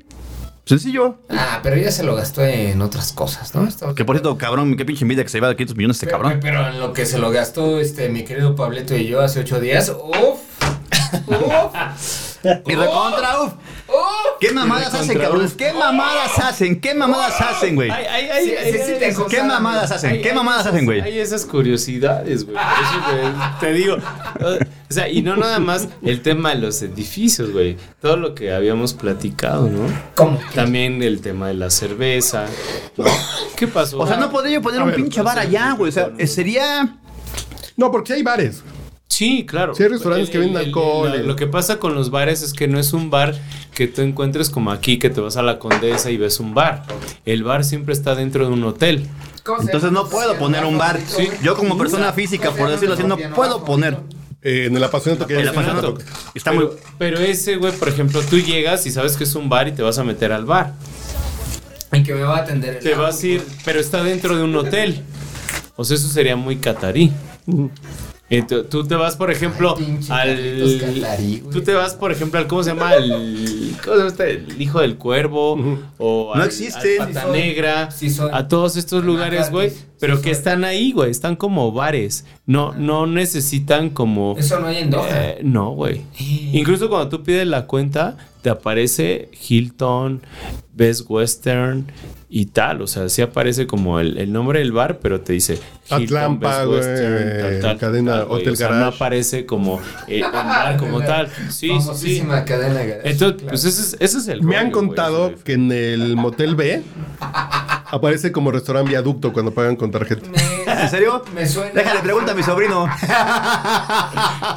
Speaker 10: Sencillo.
Speaker 8: Ah, pero ya se lo gastó en otras cosas, ¿no? Estamos-
Speaker 10: Que por cierto, cabrón, qué pinche envidia que se lleva de 500 millones este
Speaker 8: Pero-
Speaker 10: cabrón.
Speaker 8: Pero en lo que se lo gastó este mi querido Pableto y yo hace ocho días. ¡Uf! ¡Uf!
Speaker 10: Y recontra, uf. ¿Qué mamadas hacen, cabrones? ¿Qué mamadas hacen? ¿Qué mamadas hacen, güey?
Speaker 8: Sí, sí, sí, te
Speaker 10: ¿Qué
Speaker 8: acosaron.
Speaker 10: mamadas hacen? ¿Qué mamadas hacen, güey?
Speaker 9: Hay esas curiosidades, güey. Por eso, güey, Te digo. O sea, y no nada más el tema de los edificios, güey. Todo lo que habíamos platicado, ¿no?
Speaker 8: ¿Cómo?
Speaker 9: También el tema de la cerveza. ¿no? ¿Qué pasó?
Speaker 10: O sea, no podría yo poner
Speaker 7: A
Speaker 10: un
Speaker 7: ver,
Speaker 10: pinche bar allá, güey. O sea, eh, sería.
Speaker 7: No, porque sí hay bares.
Speaker 9: Sí, claro.
Speaker 7: Sí, hay restaurantes que venden alcohol.
Speaker 9: la- lo que pasa con los bares es que no es un bar que tú encuentres como aquí, que te vas a la condesa y ves un bar. El bar siempre está dentro de un hotel.
Speaker 8: ¿Cómo se
Speaker 10: Entonces
Speaker 8: llama?
Speaker 10: no puedo poner un bar.
Speaker 8: Sí.
Speaker 10: Yo, como persona física, por decirlo así, no puedo poner.
Speaker 7: Eh, en el apasionado que
Speaker 10: El
Speaker 7: hay.
Speaker 10: apasionado. Está muy.
Speaker 9: Pero, pero ese, güey, por ejemplo, tú llegas y sabes que es un bar y te vas a meter al bar.
Speaker 8: En que me va a atender el
Speaker 9: Te vas a ir, pero está dentro de un hotel. O sea, eso sería muy catarí.
Speaker 10: Mm.
Speaker 9: Ento- tú te vas, por ejemplo,
Speaker 8: Ay, pinche
Speaker 9: al.
Speaker 8: carritos catarí, güey.
Speaker 9: tú te vas, por ejemplo, al. ¿Cómo se llama? El, ¿Cómo se llama este? El hijo del cuervo. O
Speaker 10: No
Speaker 9: al-
Speaker 10: existe.
Speaker 9: al Pata
Speaker 8: Sí soy.
Speaker 9: Negra.
Speaker 8: Sí soy.
Speaker 9: a todos estos lugares, güey.
Speaker 8: Anacates. Sí
Speaker 9: Pero que
Speaker 8: soy.
Speaker 9: están ahí, güey. Están como bares. No, no necesitan como.
Speaker 8: Eso no hay en Doha.
Speaker 9: Eh, no, güey. Incluso cuando tú pides la cuenta, te aparece Hilton, Best Western y tal. O sea, sí aparece como el, el nombre del bar, pero te dice Hilton,
Speaker 7: Atlampa,
Speaker 9: Best
Speaker 7: güey,
Speaker 10: eh,
Speaker 9: Western,
Speaker 7: cadena
Speaker 9: güey.
Speaker 7: Hotel
Speaker 9: O sea, no
Speaker 7: Garage.
Speaker 9: aparece como eh, el bar como tal. Sí, sí, sí.
Speaker 8: Famosísima cadena. de garage.
Speaker 9: Entonces, pues ese es, ese es el
Speaker 7: Me han
Speaker 9: rollo, güey,
Speaker 7: contado
Speaker 9: ese es el
Speaker 7: que en el Motel B aparece como restaurante viaducto cuando pagan con tarjeta.
Speaker 10: ¿En serio?
Speaker 8: Me suena.
Speaker 10: Déjale, pregunta a mi sobrino.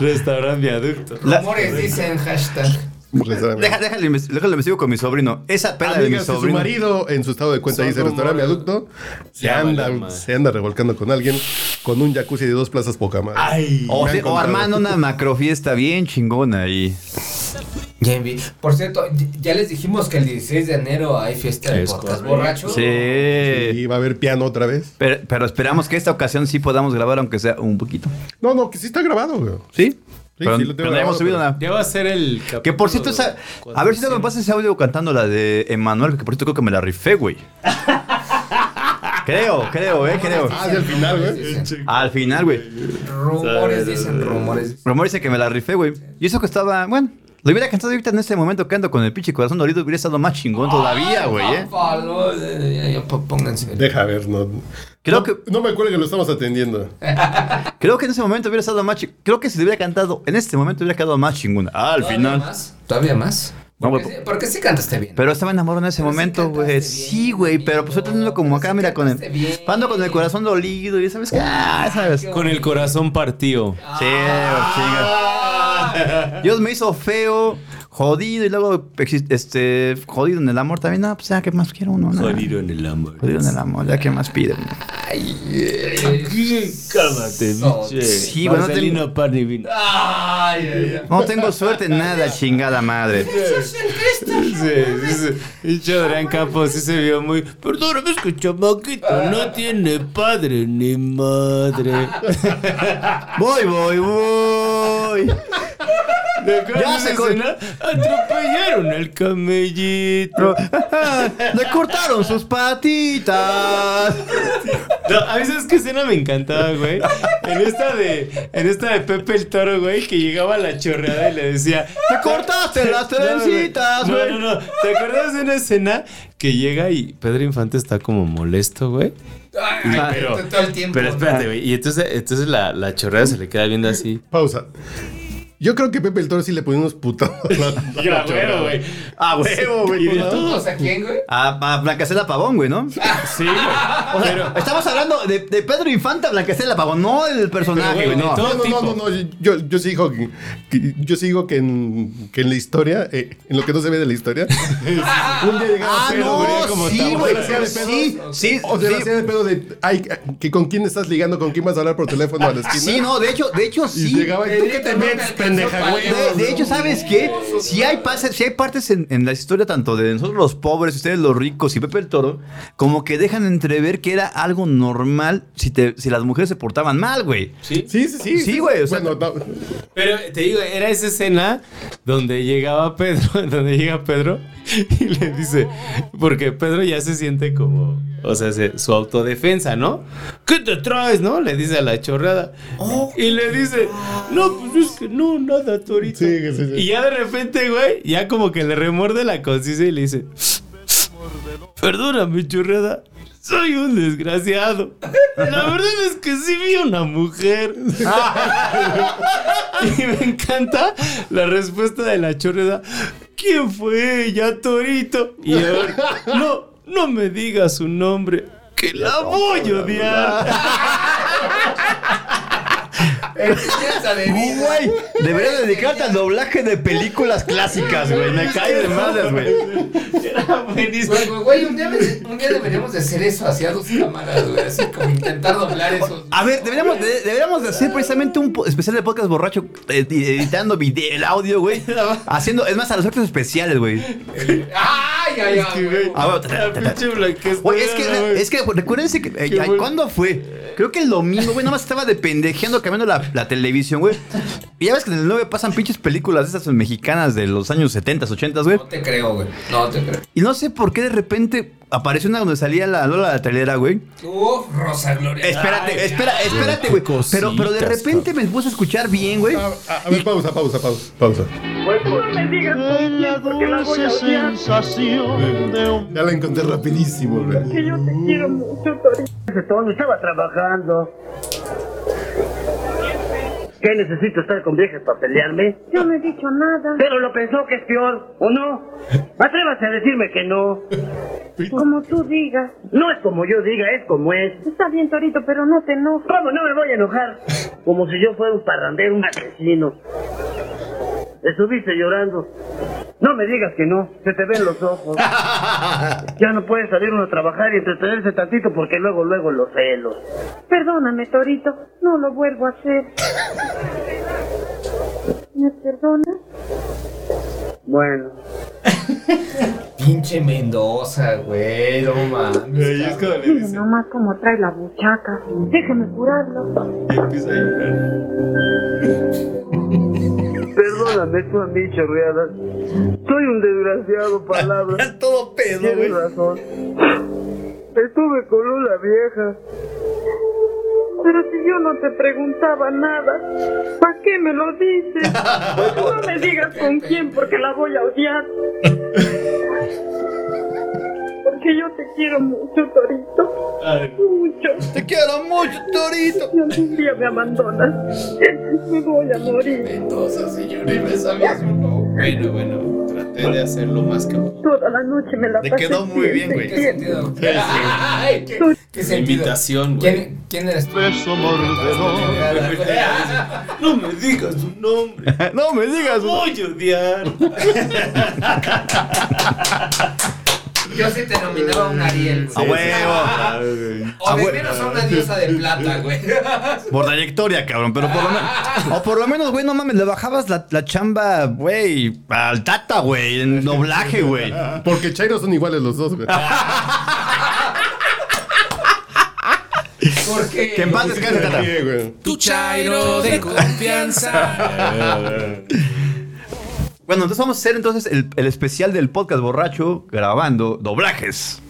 Speaker 9: Restaurante viaducto.
Speaker 8: Rumores dicen hashtag.
Speaker 7: Restaurante
Speaker 10: Deja- Déjale, inves- déjale, investigo con mi sobrino. Esa peda de mi
Speaker 7: Amigas, si su
Speaker 10: sobrino.
Speaker 7: marido en su estado de cuenta
Speaker 9: Son
Speaker 7: dice restaurante
Speaker 9: rumores.
Speaker 7: viaducto, se
Speaker 9: Ya valió
Speaker 7: anda,
Speaker 9: madre.
Speaker 7: se anda revolcando con alguien con un jacuzzi de dos plazas poca madre. Oh,
Speaker 9: Ay.
Speaker 10: O, Oh,
Speaker 7: Me han
Speaker 10: sí, o
Speaker 7: contado.
Speaker 10: armando una macrofiesta bien chingona ahí.
Speaker 8: Ya envi- Por cierto, ya- ya les dijimos que el 16 de enero hay fiesta de
Speaker 9: Es
Speaker 8: podcast
Speaker 9: correcto.
Speaker 8: borracho.
Speaker 10: Sí.
Speaker 7: Y va a haber piano otra vez.
Speaker 10: Pero, pero esperamos que esta ocasión sí podamos grabar, aunque sea un poquito.
Speaker 7: No, no, que sí está grabado, güey.
Speaker 10: ¿Sí? pero,
Speaker 7: sí lo tengo
Speaker 10: pero no
Speaker 7: grabado,
Speaker 10: hemos subido
Speaker 7: pero-
Speaker 10: nada.
Speaker 9: ah, Ya va a ser el.
Speaker 10: Que por cierto, esa- a ver si no me pasa ese audio cantando la de Emanuel, que por cierto creo que me la rifé, güey. creo, creo, eh, creo.
Speaker 7: Ah, sí, al final, güey.
Speaker 8: Dicen.
Speaker 10: Al final, güey.
Speaker 8: Rumores dicen, rumores dicen.
Speaker 10: Rumor dice que me la rifé, güey. Y eso que estaba, bueno, lo hubiera cantado ahorita en este momento que ando con el pinche corazón dolido, hubiera estado más chingón todavía, güey, eh.
Speaker 8: Papá, no, eh, ya, ya, pa- pónganse.
Speaker 7: Deja ver, no.
Speaker 10: Creo
Speaker 7: no,
Speaker 10: que,
Speaker 7: no me acuerdo que lo estamos atendiendo.
Speaker 10: creo que en ese momento hubiera estado más chi- Creo que si lo hubiera cantado en este momento hubiera quedado más chingona. al
Speaker 8: ¿Todavía
Speaker 10: final.
Speaker 8: más? ¿Todavía más?
Speaker 10: No,
Speaker 8: Porque,
Speaker 10: güey,
Speaker 8: sí- porque sí cantaste bien.
Speaker 10: Pero estaba enamorado en ese
Speaker 8: Pero sí
Speaker 10: momento,
Speaker 8: cantaste
Speaker 10: güey.
Speaker 8: bien,
Speaker 10: Sí, güey, pero pues estoy teniendo como
Speaker 8: pero
Speaker 10: acá,
Speaker 8: sí
Speaker 10: mira, con el.
Speaker 8: cantaste bien.
Speaker 10: Ando con el corazón dolido y sabes qué. Ah, sabes. Sí,
Speaker 9: Con el corazón partido.
Speaker 8: Ah.
Speaker 10: chinga. Dios me hizo feo, jodido y luego exi- este jodido en el amor también. No, pues ya, ¿qué más quiero uno? Nada.
Speaker 9: Jodido en el amor.
Speaker 10: Jodido en el amor, ya, ¿qué más pide?
Speaker 9: Cálmate,
Speaker 8: No,
Speaker 9: biche.
Speaker 10: sí, bueno,
Speaker 9: Marcelino Pan y Vino.
Speaker 8: Ay, ay, ay.
Speaker 10: No tengo suerte en nada, chingada madre.
Speaker 9: Sí, sí, sí. Bicho Adrián Campos sí se vio muy. Perdóname, es que chamaquito no tiene padre ni madre.
Speaker 10: Voy, voy, voy. Ya se co-
Speaker 9: Atropellaron al camellito.
Speaker 10: Le cortaron sus patitas.
Speaker 9: No, a veces que escena me encantaba, güey. En esta de, en esta de Pepe el Toro, güey, que llegaba a la chorreada y le decía,
Speaker 10: Te cortaste las
Speaker 9: No, no, no.
Speaker 10: trencitas,
Speaker 9: No,
Speaker 10: güey.
Speaker 9: no, no. ¿Te acuerdas de una escena que llega y Pedro Infante está como molesto, güey? pero-
Speaker 8: todo el tiempo.
Speaker 9: Pero espérate, güey. Y entonces, entonces la, la chorreada se le queda viendo así.
Speaker 7: Pausa. Yo creo que Pepe el Toro sí le ponía unos putados. a la-
Speaker 9: Grabero, güey.
Speaker 10: Ah, güey.
Speaker 9: Y de todos.
Speaker 8: ¿A quién, güey?
Speaker 10: A, a Blancaestela Pavón, ah, güey, ¿no?
Speaker 9: Sí, güey.
Speaker 10: O sea, estamos hablando de, de Pedro Infante a Blancaestela Pavón, no el personaje,
Speaker 9: Pero,
Speaker 10: güey.
Speaker 9: güey,
Speaker 10: No.
Speaker 9: de todo
Speaker 7: No, no, no,
Speaker 9: tipo.
Speaker 7: no, no, Yo, yo sigo que, que- yo sigo que en, que en la historia, eh, en lo que no se ve de la historia, un día llegaba
Speaker 10: Ah,
Speaker 7: Pedro,
Speaker 10: no,
Speaker 7: venía como
Speaker 10: sí,
Speaker 7: tabú,
Speaker 10: güey.
Speaker 7: se hacía de pedo.
Speaker 10: Sí, sí,
Speaker 7: O sea,
Speaker 10: sí.
Speaker 7: le hacía de pedo de, ay, que con quién estás ligando, con quién vas a hablar por teléfono a la esquina.
Speaker 10: Ah, Sí, no, de hecho, de hecho,
Speaker 7: Y
Speaker 10: sí.
Speaker 7: llegaba y tú que te metes, pendeja, güey.
Speaker 10: De, de hecho, ¿sabes qué? Si hay, pases, si hay partes en, en la historia, tanto de nosotros los pobres, ustedes los ricos y Pepe el Toro, como que dejan entrever que era algo normal si, te, si las mujeres se portaban mal, güey.
Speaker 9: Sí.
Speaker 7: Sí, sí, sí.
Speaker 10: Sí, güey, o sea-
Speaker 7: bueno, no,
Speaker 9: Pero te digo, era esa escena donde llegaba Pedro, donde llega Pedro y le dice, porque Pedro ya se siente como, o sea, se- su autodefensa, ¿no? ¿Qué te traes, no? Le dice a la chorrada.
Speaker 7: Oh
Speaker 9: y le dice, no, pues es que no, nada, Torito.
Speaker 7: Sí, sí, sí.
Speaker 9: Y ya de repente, güey, ya como que le remorde la conciencia y le dice, perdóname, chorrada. Soy un desgraciado. La verdad es que sí vi una mujer. Y me encanta la respuesta de la chorreda. ¿Quién fue ella, Torito? Y yo, no, no me digas su nombre, que la voy a odiar.
Speaker 10: Güey, deberías dedicarte al doblaje de películas clásicas, güey. Me cae de madres, güey.
Speaker 9: Era buenísimo.
Speaker 8: Güey, güey, güey, un día, un día deberíamos de hacer eso hacia dos cámaras, güey. Así como intentar doblar esos.
Speaker 10: A ver, deberíamos de, deberíamos de hacer precisamente un po- especial de podcast borracho eh, editando video, el audio, güey. Haciendo, es más, a los efectos especiales, güey. Ah,
Speaker 8: ¡Ay, ay, ay! güey.
Speaker 10: A ver,
Speaker 9: La pinche blanquez-
Speaker 10: Güey, es que, es que recuérdense que. eh, ay,
Speaker 9: bueno.
Speaker 10: ¿Cuándo fue? Creo que el domingo, güey, nada más estaba de pendejeando cambiando la, la televisión, güey. Y ya ves que en el 9 pasan pinches películas esas mexicanas de los años 70, 80, güey.
Speaker 8: No te creo, güey. No te creo.
Speaker 10: Y no sé por qué de repente apareció una donde salía la Lola de la telera, güey.
Speaker 8: Uf, Rosa Gloria.
Speaker 10: Espérate,
Speaker 8: Ay,
Speaker 10: espera,
Speaker 8: ay.
Speaker 10: espérate, güey.
Speaker 9: cositas,
Speaker 10: Pero, pero de repente me puse a escuchar bien, güey.
Speaker 7: a, a- a ver, pausa, pausa, pausa, pausa. Ya la encontré rapidísimo, güey.
Speaker 2: estaba trabajando. ¿Qué necesito estar con viejas para pelearme?
Speaker 3: Yo no he dicho nada.
Speaker 2: Pero lo pensó que es peor, ¿o no? Atrévase a decirme que no.
Speaker 3: Como tú digas.
Speaker 2: No es como yo diga, es como es.
Speaker 3: Está bien, Torito, pero no te enojes.
Speaker 2: ¿Cómo no me voy a enojar? Como si yo fuera un parrandero, un asesino. Estuviste llorando. No me digas que no, se te ven los ojos. Ya no puede salir uno a trabajar y entretenerse tantito porque luego, luego los celos.
Speaker 3: Perdóname, Torito. No lo vuelvo a hacer. ¿Me perdonas?
Speaker 2: Bueno.
Speaker 8: Pinche Mendoza, güey. No mames.
Speaker 9: Y es como le dice,
Speaker 3: Nomás como trae la buchaca. Déjame curarlo.
Speaker 9: y empieza a llorar.
Speaker 2: Perdóname tú a mí, chorreadas. Soy un desgraciado, palabras.
Speaker 8: Todo pedo,
Speaker 2: Tienes razón. Estuve con una vieja.
Speaker 3: Pero si yo no te preguntaba nada, ¿para qué me lo dices? Pues No me digas con quién porque la voy a odiar. Porque yo te quiero mucho, Torito.
Speaker 9: Ay,
Speaker 3: Mucho.
Speaker 10: Te quiero mucho, Torito.
Speaker 3: Si algún día me abandonas, me voy a morir.
Speaker 8: Mendoza, señor. Y me sabía su nombre.
Speaker 9: Bueno, bueno, traté de hacerlo más que
Speaker 3: Toda la noche me la
Speaker 10: Te
Speaker 3: pasé
Speaker 10: quedó muy bien, güey.
Speaker 8: ¿Qué sentido? Ay, ¿Qué, qué sentido?
Speaker 9: Imitación, güey.
Speaker 8: ¿Quién, ¿Quién eres tú?
Speaker 9: No me digas tu nombre.
Speaker 10: No me digas, güey.
Speaker 9: Voy a odiar.
Speaker 8: Yo sí te nominaba a un Ariel,
Speaker 10: A
Speaker 8: güey.
Speaker 10: huevo.
Speaker 8: O
Speaker 10: Ah,
Speaker 8: de
Speaker 10: güey.
Speaker 8: menos a una diosa de plata, güey.
Speaker 10: Por trayectoria, cabrón, pero por lo menos. O por lo menos, güey, no mames, le bajabas la, la chamba, güey, al tata, güey, en doblaje, güey.
Speaker 7: Porque Chairo son iguales los dos, güey.
Speaker 10: Ah,
Speaker 8: Porque.
Speaker 10: Que en paz descanse, tata.
Speaker 7: Sí, güey.
Speaker 4: Tu chairo de confianza.
Speaker 10: Bueno, entonces vamos a hacer entonces el, el especial del podcast borracho grabando doblajes.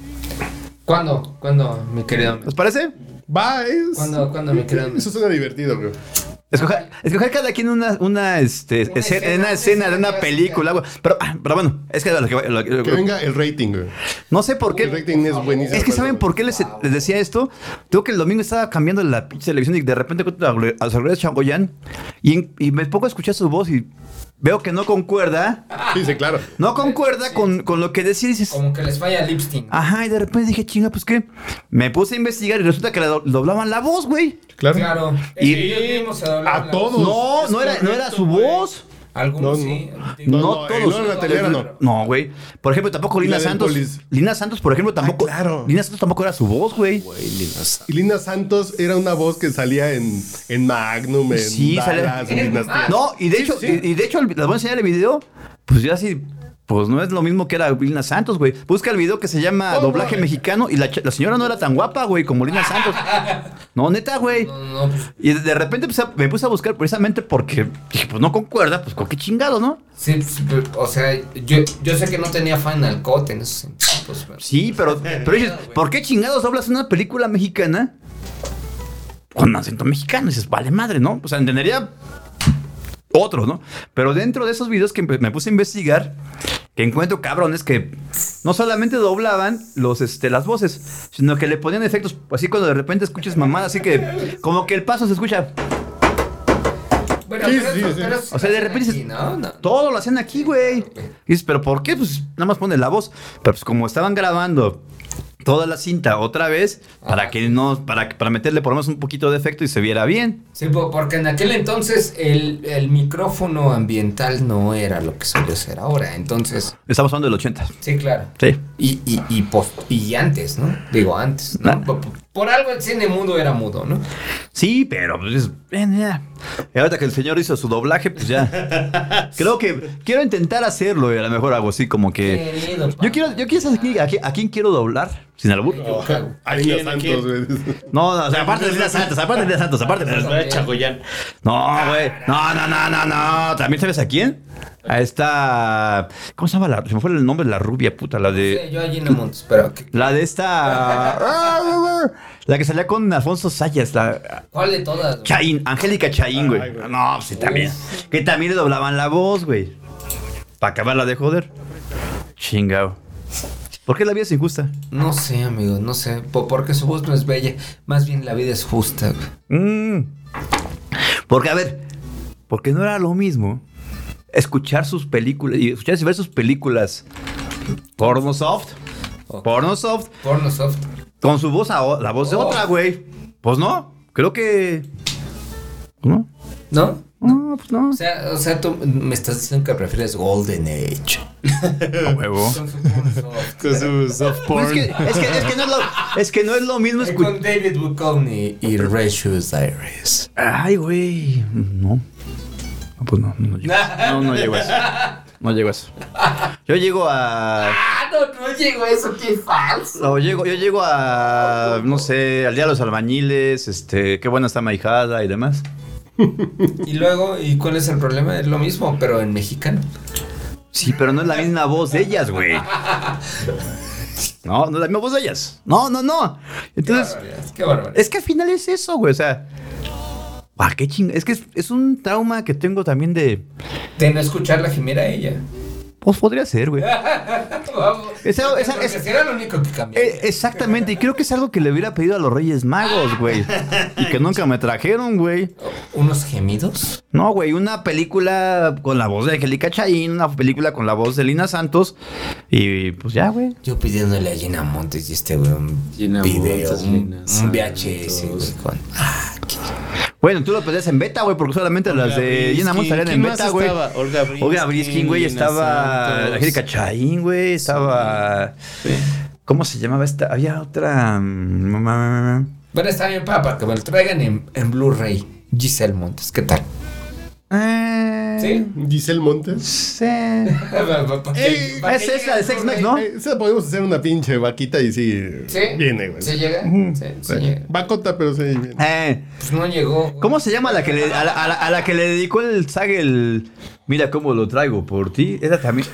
Speaker 8: ¿Cuándo? ¿Cuándo, mi querido?
Speaker 10: ¿Nos parece?
Speaker 7: Va, es.
Speaker 8: ¿Cuándo, cuándo me quedan?
Speaker 7: Eso suena divertido, güey.
Speaker 10: Escoger, escoger cada quien una, una, este,
Speaker 8: Una
Speaker 10: escena,
Speaker 8: escena,
Speaker 10: una
Speaker 8: una
Speaker 10: escena de
Speaker 8: escena
Speaker 10: una
Speaker 8: clásica.
Speaker 10: película. algo. Pero, ah, pero bueno, es que, lo que, lo que- lo
Speaker 7: Que
Speaker 10: que-
Speaker 7: venga el rating, güey.
Speaker 10: no sé por
Speaker 7: El
Speaker 10: qué.
Speaker 7: rating es buenísimo.
Speaker 10: Es que saben por qué les, les decía esto. Tengo que el domingo estaba cambiando la pinche televisión y de repente encuentro a Gloria- a Gloria Chagoyán y, en- y me pongo a escuchar su voz y veo que no concuerda.
Speaker 7: Sí, sí, claro.
Speaker 10: No concuerda con, con lo que decía. y
Speaker 7: Oh,
Speaker 10: Dices,
Speaker 8: Como que les falla el lipstick.
Speaker 10: ajá, y de repente dije, chinga, pues qué. Me puse a investigar y resulta que le do- doblaban la voz, güey.
Speaker 7: Claro.
Speaker 8: Claro.
Speaker 10: Y-
Speaker 8: Y ellos mismos se doblaban
Speaker 7: A
Speaker 8: la-
Speaker 7: todos.
Speaker 10: No, no era, no era su voz.
Speaker 7: No,
Speaker 8: Algunos
Speaker 7: no.
Speaker 8: sí.
Speaker 10: No,
Speaker 7: No, no,
Speaker 10: todos.
Speaker 7: el oro de la telera, no.
Speaker 10: No, güey. Por ejemplo, tampoco
Speaker 7: Y
Speaker 10: Lina
Speaker 7: la del
Speaker 10: Santos.
Speaker 7: Polis. Ah,
Speaker 10: Lina Santos, por ejemplo, tampoco.
Speaker 7: claro.
Speaker 10: Lina Santos tampoco era su voz, güey.
Speaker 7: Y Linda Santos era una voz que salía en, en Magnum, en
Speaker 10: Sí,
Speaker 7: Dallas,
Speaker 10: sale-
Speaker 7: en Dinastía.
Speaker 10: No, y de
Speaker 7: Ah, Sí,
Speaker 10: hecho,
Speaker 7: sí, sí.
Speaker 10: Y, y de hecho, el- les voy a enseñar el video. Pues ya sí. Pues no es lo mismo que era Lina Santos, güey. Busca el video que se llama Doblaje Mexicano y la, ch- la señora no era tan guapa, güey, como Lina Santos. No, neta, güey.
Speaker 8: No, no, pues,
Speaker 10: Y de- de repente pues, me puse a buscar precisamente porque dije, pues no concuerda, pues con qué chingado, ¿no?
Speaker 8: sí, pues, pero, o sea, yo, yo sé que no tenía fan al cote en esos sentidos. pues, pero-
Speaker 10: Sí, pero, pero dices, ¿por qué chingados doblas una película mexicana con acento mexicano? dices, vale madre, ¿no? O sea, entendería otro, ¿no? Pero dentro de esos videos que empe- me puse a investigar, que encuentro cabrones que no solamente doblaban los, este, las voces, sino que le ponían efectos, así cuando de repente escuchas mamada, así que como que el paso se escucha.
Speaker 8: Bueno,
Speaker 7: Sí,
Speaker 8: pero,
Speaker 7: sí,
Speaker 8: eso-
Speaker 7: sí.
Speaker 8: pero eso
Speaker 10: O sea, de
Speaker 8: hacen
Speaker 10: repente
Speaker 8: aquí,
Speaker 10: dices,
Speaker 8: ¿no? No.
Speaker 10: Todo lo hacían aquí, güey. Y dices, ¿pero por qué? Pues nada más pone la voz. Pero pues como estaban grabando toda la cinta otra vez, para que no, para, que- para meterle por lo menos un poquito de efecto y se viera bien.
Speaker 8: Sí, po- porque en aquel entonces el, el micrófono ambiental no era lo que suele ser ahora. Entonces,
Speaker 10: Estamos hablando del 80.
Speaker 8: sí, claro.
Speaker 10: Sí.
Speaker 8: Y, y, y, post- y antes, ¿no? Digo, antes. ¿no?
Speaker 10: Ah.
Speaker 8: Por, por algo el cine mudo era mudo, ¿no?
Speaker 10: Sí, pero pues es- ven, ya. Y ahorita que el señor hizo su doblaje, pues ya. Creo que quiero intentar hacerlo y a lo mejor hago así como que.
Speaker 8: Querido,
Speaker 10: Yo quiero, yo quiero saber a, quién- a quién quiero doblar, sin albur.
Speaker 7: A Linda Santos, güey.
Speaker 10: No, no, o sea, aparte de Lina Santos, aparte de Lina Santos, aparte de Lina Santos.
Speaker 9: Gloria Chagoyán.
Speaker 10: No, güey. No, no, no, no, no. ¿También sabes a quién? A esta. ¿Cómo se llama la.? Se me fue el nombre de la rubia puta, la
Speaker 8: Sí,
Speaker 10: de.
Speaker 8: yo a Gina Montes, pero ¿qué-
Speaker 10: La de esta. La que salía con Alfonso Sayas, la.
Speaker 8: ¿cuál de todas? güey?
Speaker 10: Chaín, Angélica Chaín, güey.
Speaker 7: Ay, güey.
Speaker 10: No, sí, también. Que también le doblaban la voz, güey. Para acabarla de joder. Chingao. ¿Por qué la vida es injusta?
Speaker 8: No sé, amigo, no sé. po- Porque su voz no es bella. Más bien la vida es justa, güey.
Speaker 10: Mm. Porque, a ver, porque no era lo mismo escuchar sus películas y escuchar y ver sus películas porno soft, porno soft,
Speaker 8: Porno soft.
Speaker 10: con su voz, a o- la voz de
Speaker 8: Oh.
Speaker 10: otra, güey. Pues no, creo que. pues ¿No?
Speaker 8: ¿No?
Speaker 10: No, pues no.
Speaker 8: O sea, o sea, tú me estás diciendo que prefieres Golden Age.
Speaker 10: A huevo.
Speaker 8: Con su porno soft.
Speaker 9: Con su soft porn.
Speaker 10: Pues es, que, es, que, es que no es lo, es que no es lo mismo
Speaker 8: Ahí
Speaker 10: escuchar.
Speaker 8: Con David Duchovny y Rachel Iris.
Speaker 10: Ay, güey. No. No, pues no, no llego. No, no llego a eso. No llego a eso. Yo llego a.
Speaker 8: Ah, no, no llegó eso, qué falso.
Speaker 10: No, llego, yo llego a, no sé, al Día de los Albañiles, este, qué buena está mi hijada y demás.
Speaker 8: Y luego, ¿y cuál es el problema? Es lo mismo, pero en mexicano.
Speaker 10: Sí, pero no es la misma voz de ellas, güey. No, no es la misma voz de ellas. No, no, no. Entonces,
Speaker 8: Barbaridad, Qué barbaridad.
Speaker 10: es que al final es eso, güey, o sea... ¿Para qué ching? Es que es, es un trauma que tengo también de...
Speaker 8: De no escuchar la gemela a ella.
Speaker 10: Pues podría ser, güey.
Speaker 8: Ah, Vamos.
Speaker 10: Esa-
Speaker 8: Porque
Speaker 10: esa- esa-
Speaker 8: era lo único que cambió.
Speaker 10: Eh, exactamente, y creo que es algo que le hubiera pedido a los Reyes Magos, güey. Y que nunca me trajeron, güey.
Speaker 8: ¿Unos gemidos?
Speaker 10: No, güey, una película con la voz de Angélica Chaín, una película con la voz de Lina Santos y pues ya, güey.
Speaker 8: Yo pidiéndole a Gina Montes y este güey un
Speaker 9: Gina
Speaker 8: video,
Speaker 9: Montes,
Speaker 8: un,
Speaker 9: Lina
Speaker 8: un VHS,
Speaker 9: Santos.
Speaker 8: güey, con-
Speaker 10: Bueno, tú lo pedías en beta, güey, porque solamente las de Lina Montes salían en beta, güey.
Speaker 9: Olga
Speaker 10: Olga Briskin, güey, estaba Angélica Chaín, güey, estaba... ¿Cómo se llamaba esta? Había otra... mm, mamá.
Speaker 8: Bueno, está bien, papá, que me lo traigan en, en Blu-ray. Giselle Montes, ¿qué tal?
Speaker 10: Eh,
Speaker 8: Sí.
Speaker 7: Giselle Montes.
Speaker 10: Sí.
Speaker 7: Ey,
Speaker 10: Es esa de Sex Mex, ¿no?
Speaker 7: Eh, esa podemos hacer una pinche vaquita y sí.
Speaker 8: Sí.
Speaker 7: Viene, güey.
Speaker 8: ¿Se llega?
Speaker 7: Ujú.
Speaker 8: Sí, sí
Speaker 7: Sí.
Speaker 8: llega.
Speaker 7: Vacota, pero sí. viene.
Speaker 10: Eh,
Speaker 8: Pues no llegó. güey.
Speaker 10: ¿Cómo se llama la que le, a, la, a la- a la que le dedicó el Zag el. Mira cómo lo traigo por ti? Esa también.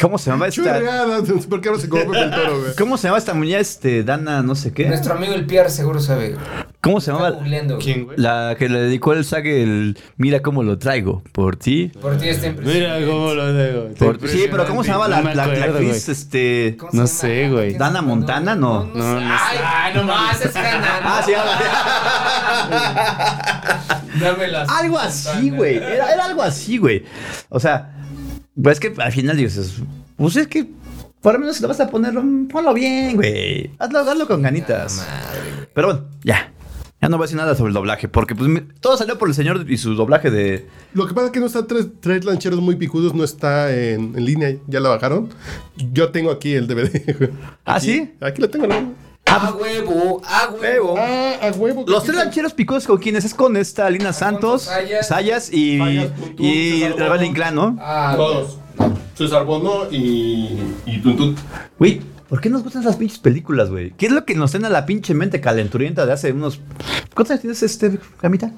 Speaker 10: ¿Cómo se llama esta?
Speaker 7: Churriada, ¿Por qué ahora se come Pepe el toro, güey?
Speaker 10: ¿Cómo se llama esta muñeca? Este, Dana, no sé qué.
Speaker 8: Nuestro amigo el Pierre seguro sabe.
Speaker 10: ¿Cómo se
Speaker 8: Está
Speaker 10: llama?
Speaker 8: googleando. güey.
Speaker 9: ¿Quién, güey?
Speaker 10: La que le dedicó el Zag el. Mira cómo lo traigo por ti.
Speaker 8: Por ti está
Speaker 9: Mira
Speaker 8: impresionante.
Speaker 9: cómo lo digo.
Speaker 10: Por- sí, pero ¿cómo se llama la, la, la actriz? Este.
Speaker 8: ¿Cómo
Speaker 9: No
Speaker 8: se
Speaker 9: sé,
Speaker 8: llama?
Speaker 9: güey.
Speaker 8: ¿Quién
Speaker 10: ¿Dana
Speaker 8: sabe?
Speaker 10: Montana? No.
Speaker 9: No,
Speaker 8: sé.
Speaker 9: no sé.
Speaker 8: Ay, ay, no más, es Hannah.
Speaker 10: Ah, sí,
Speaker 8: Dámela.
Speaker 10: Algo así, güey. Era, era algo así, güey. O sea, pues es que al final dices, pues es que por lo menos si lo vas a poner, mm, ponlo bien, güey. Hazlo, hazlo con ganitas. Pero bueno, ya. Ya no voy a decir nada sobre el doblaje, porque pues mi- todo salió por el señor y su doblaje de...
Speaker 7: Lo que pasa es que no está tres, tres lancheros muy picudos, no está en, en línea, ya la bajaron. Yo tengo aquí el DVD. güey.
Speaker 10: ¿Ah,
Speaker 7: Aquí-
Speaker 10: sí?
Speaker 7: Aquí lo tengo, ¿no?
Speaker 8: A huevo, a huevo.
Speaker 7: Ah, a huevo.
Speaker 10: Los tres lancheros picudos con quienes es con esta Lina Santos,
Speaker 8: Sayas.
Speaker 10: Sayas y,
Speaker 7: Sayas, Tuntún,
Speaker 10: y
Speaker 7: César
Speaker 10: Rafael
Speaker 7: Bono.
Speaker 10: Inclán, ¿no?
Speaker 8: Ah,
Speaker 7: César Bono y, y Tuntut.
Speaker 10: Güey, ¿por qué nos gustan esas pinches películas, güey? ¿Qué es lo que nos tiene a la pinche mente calenturienta de hace unos... ¿Cuántos años tienes, este, Camita?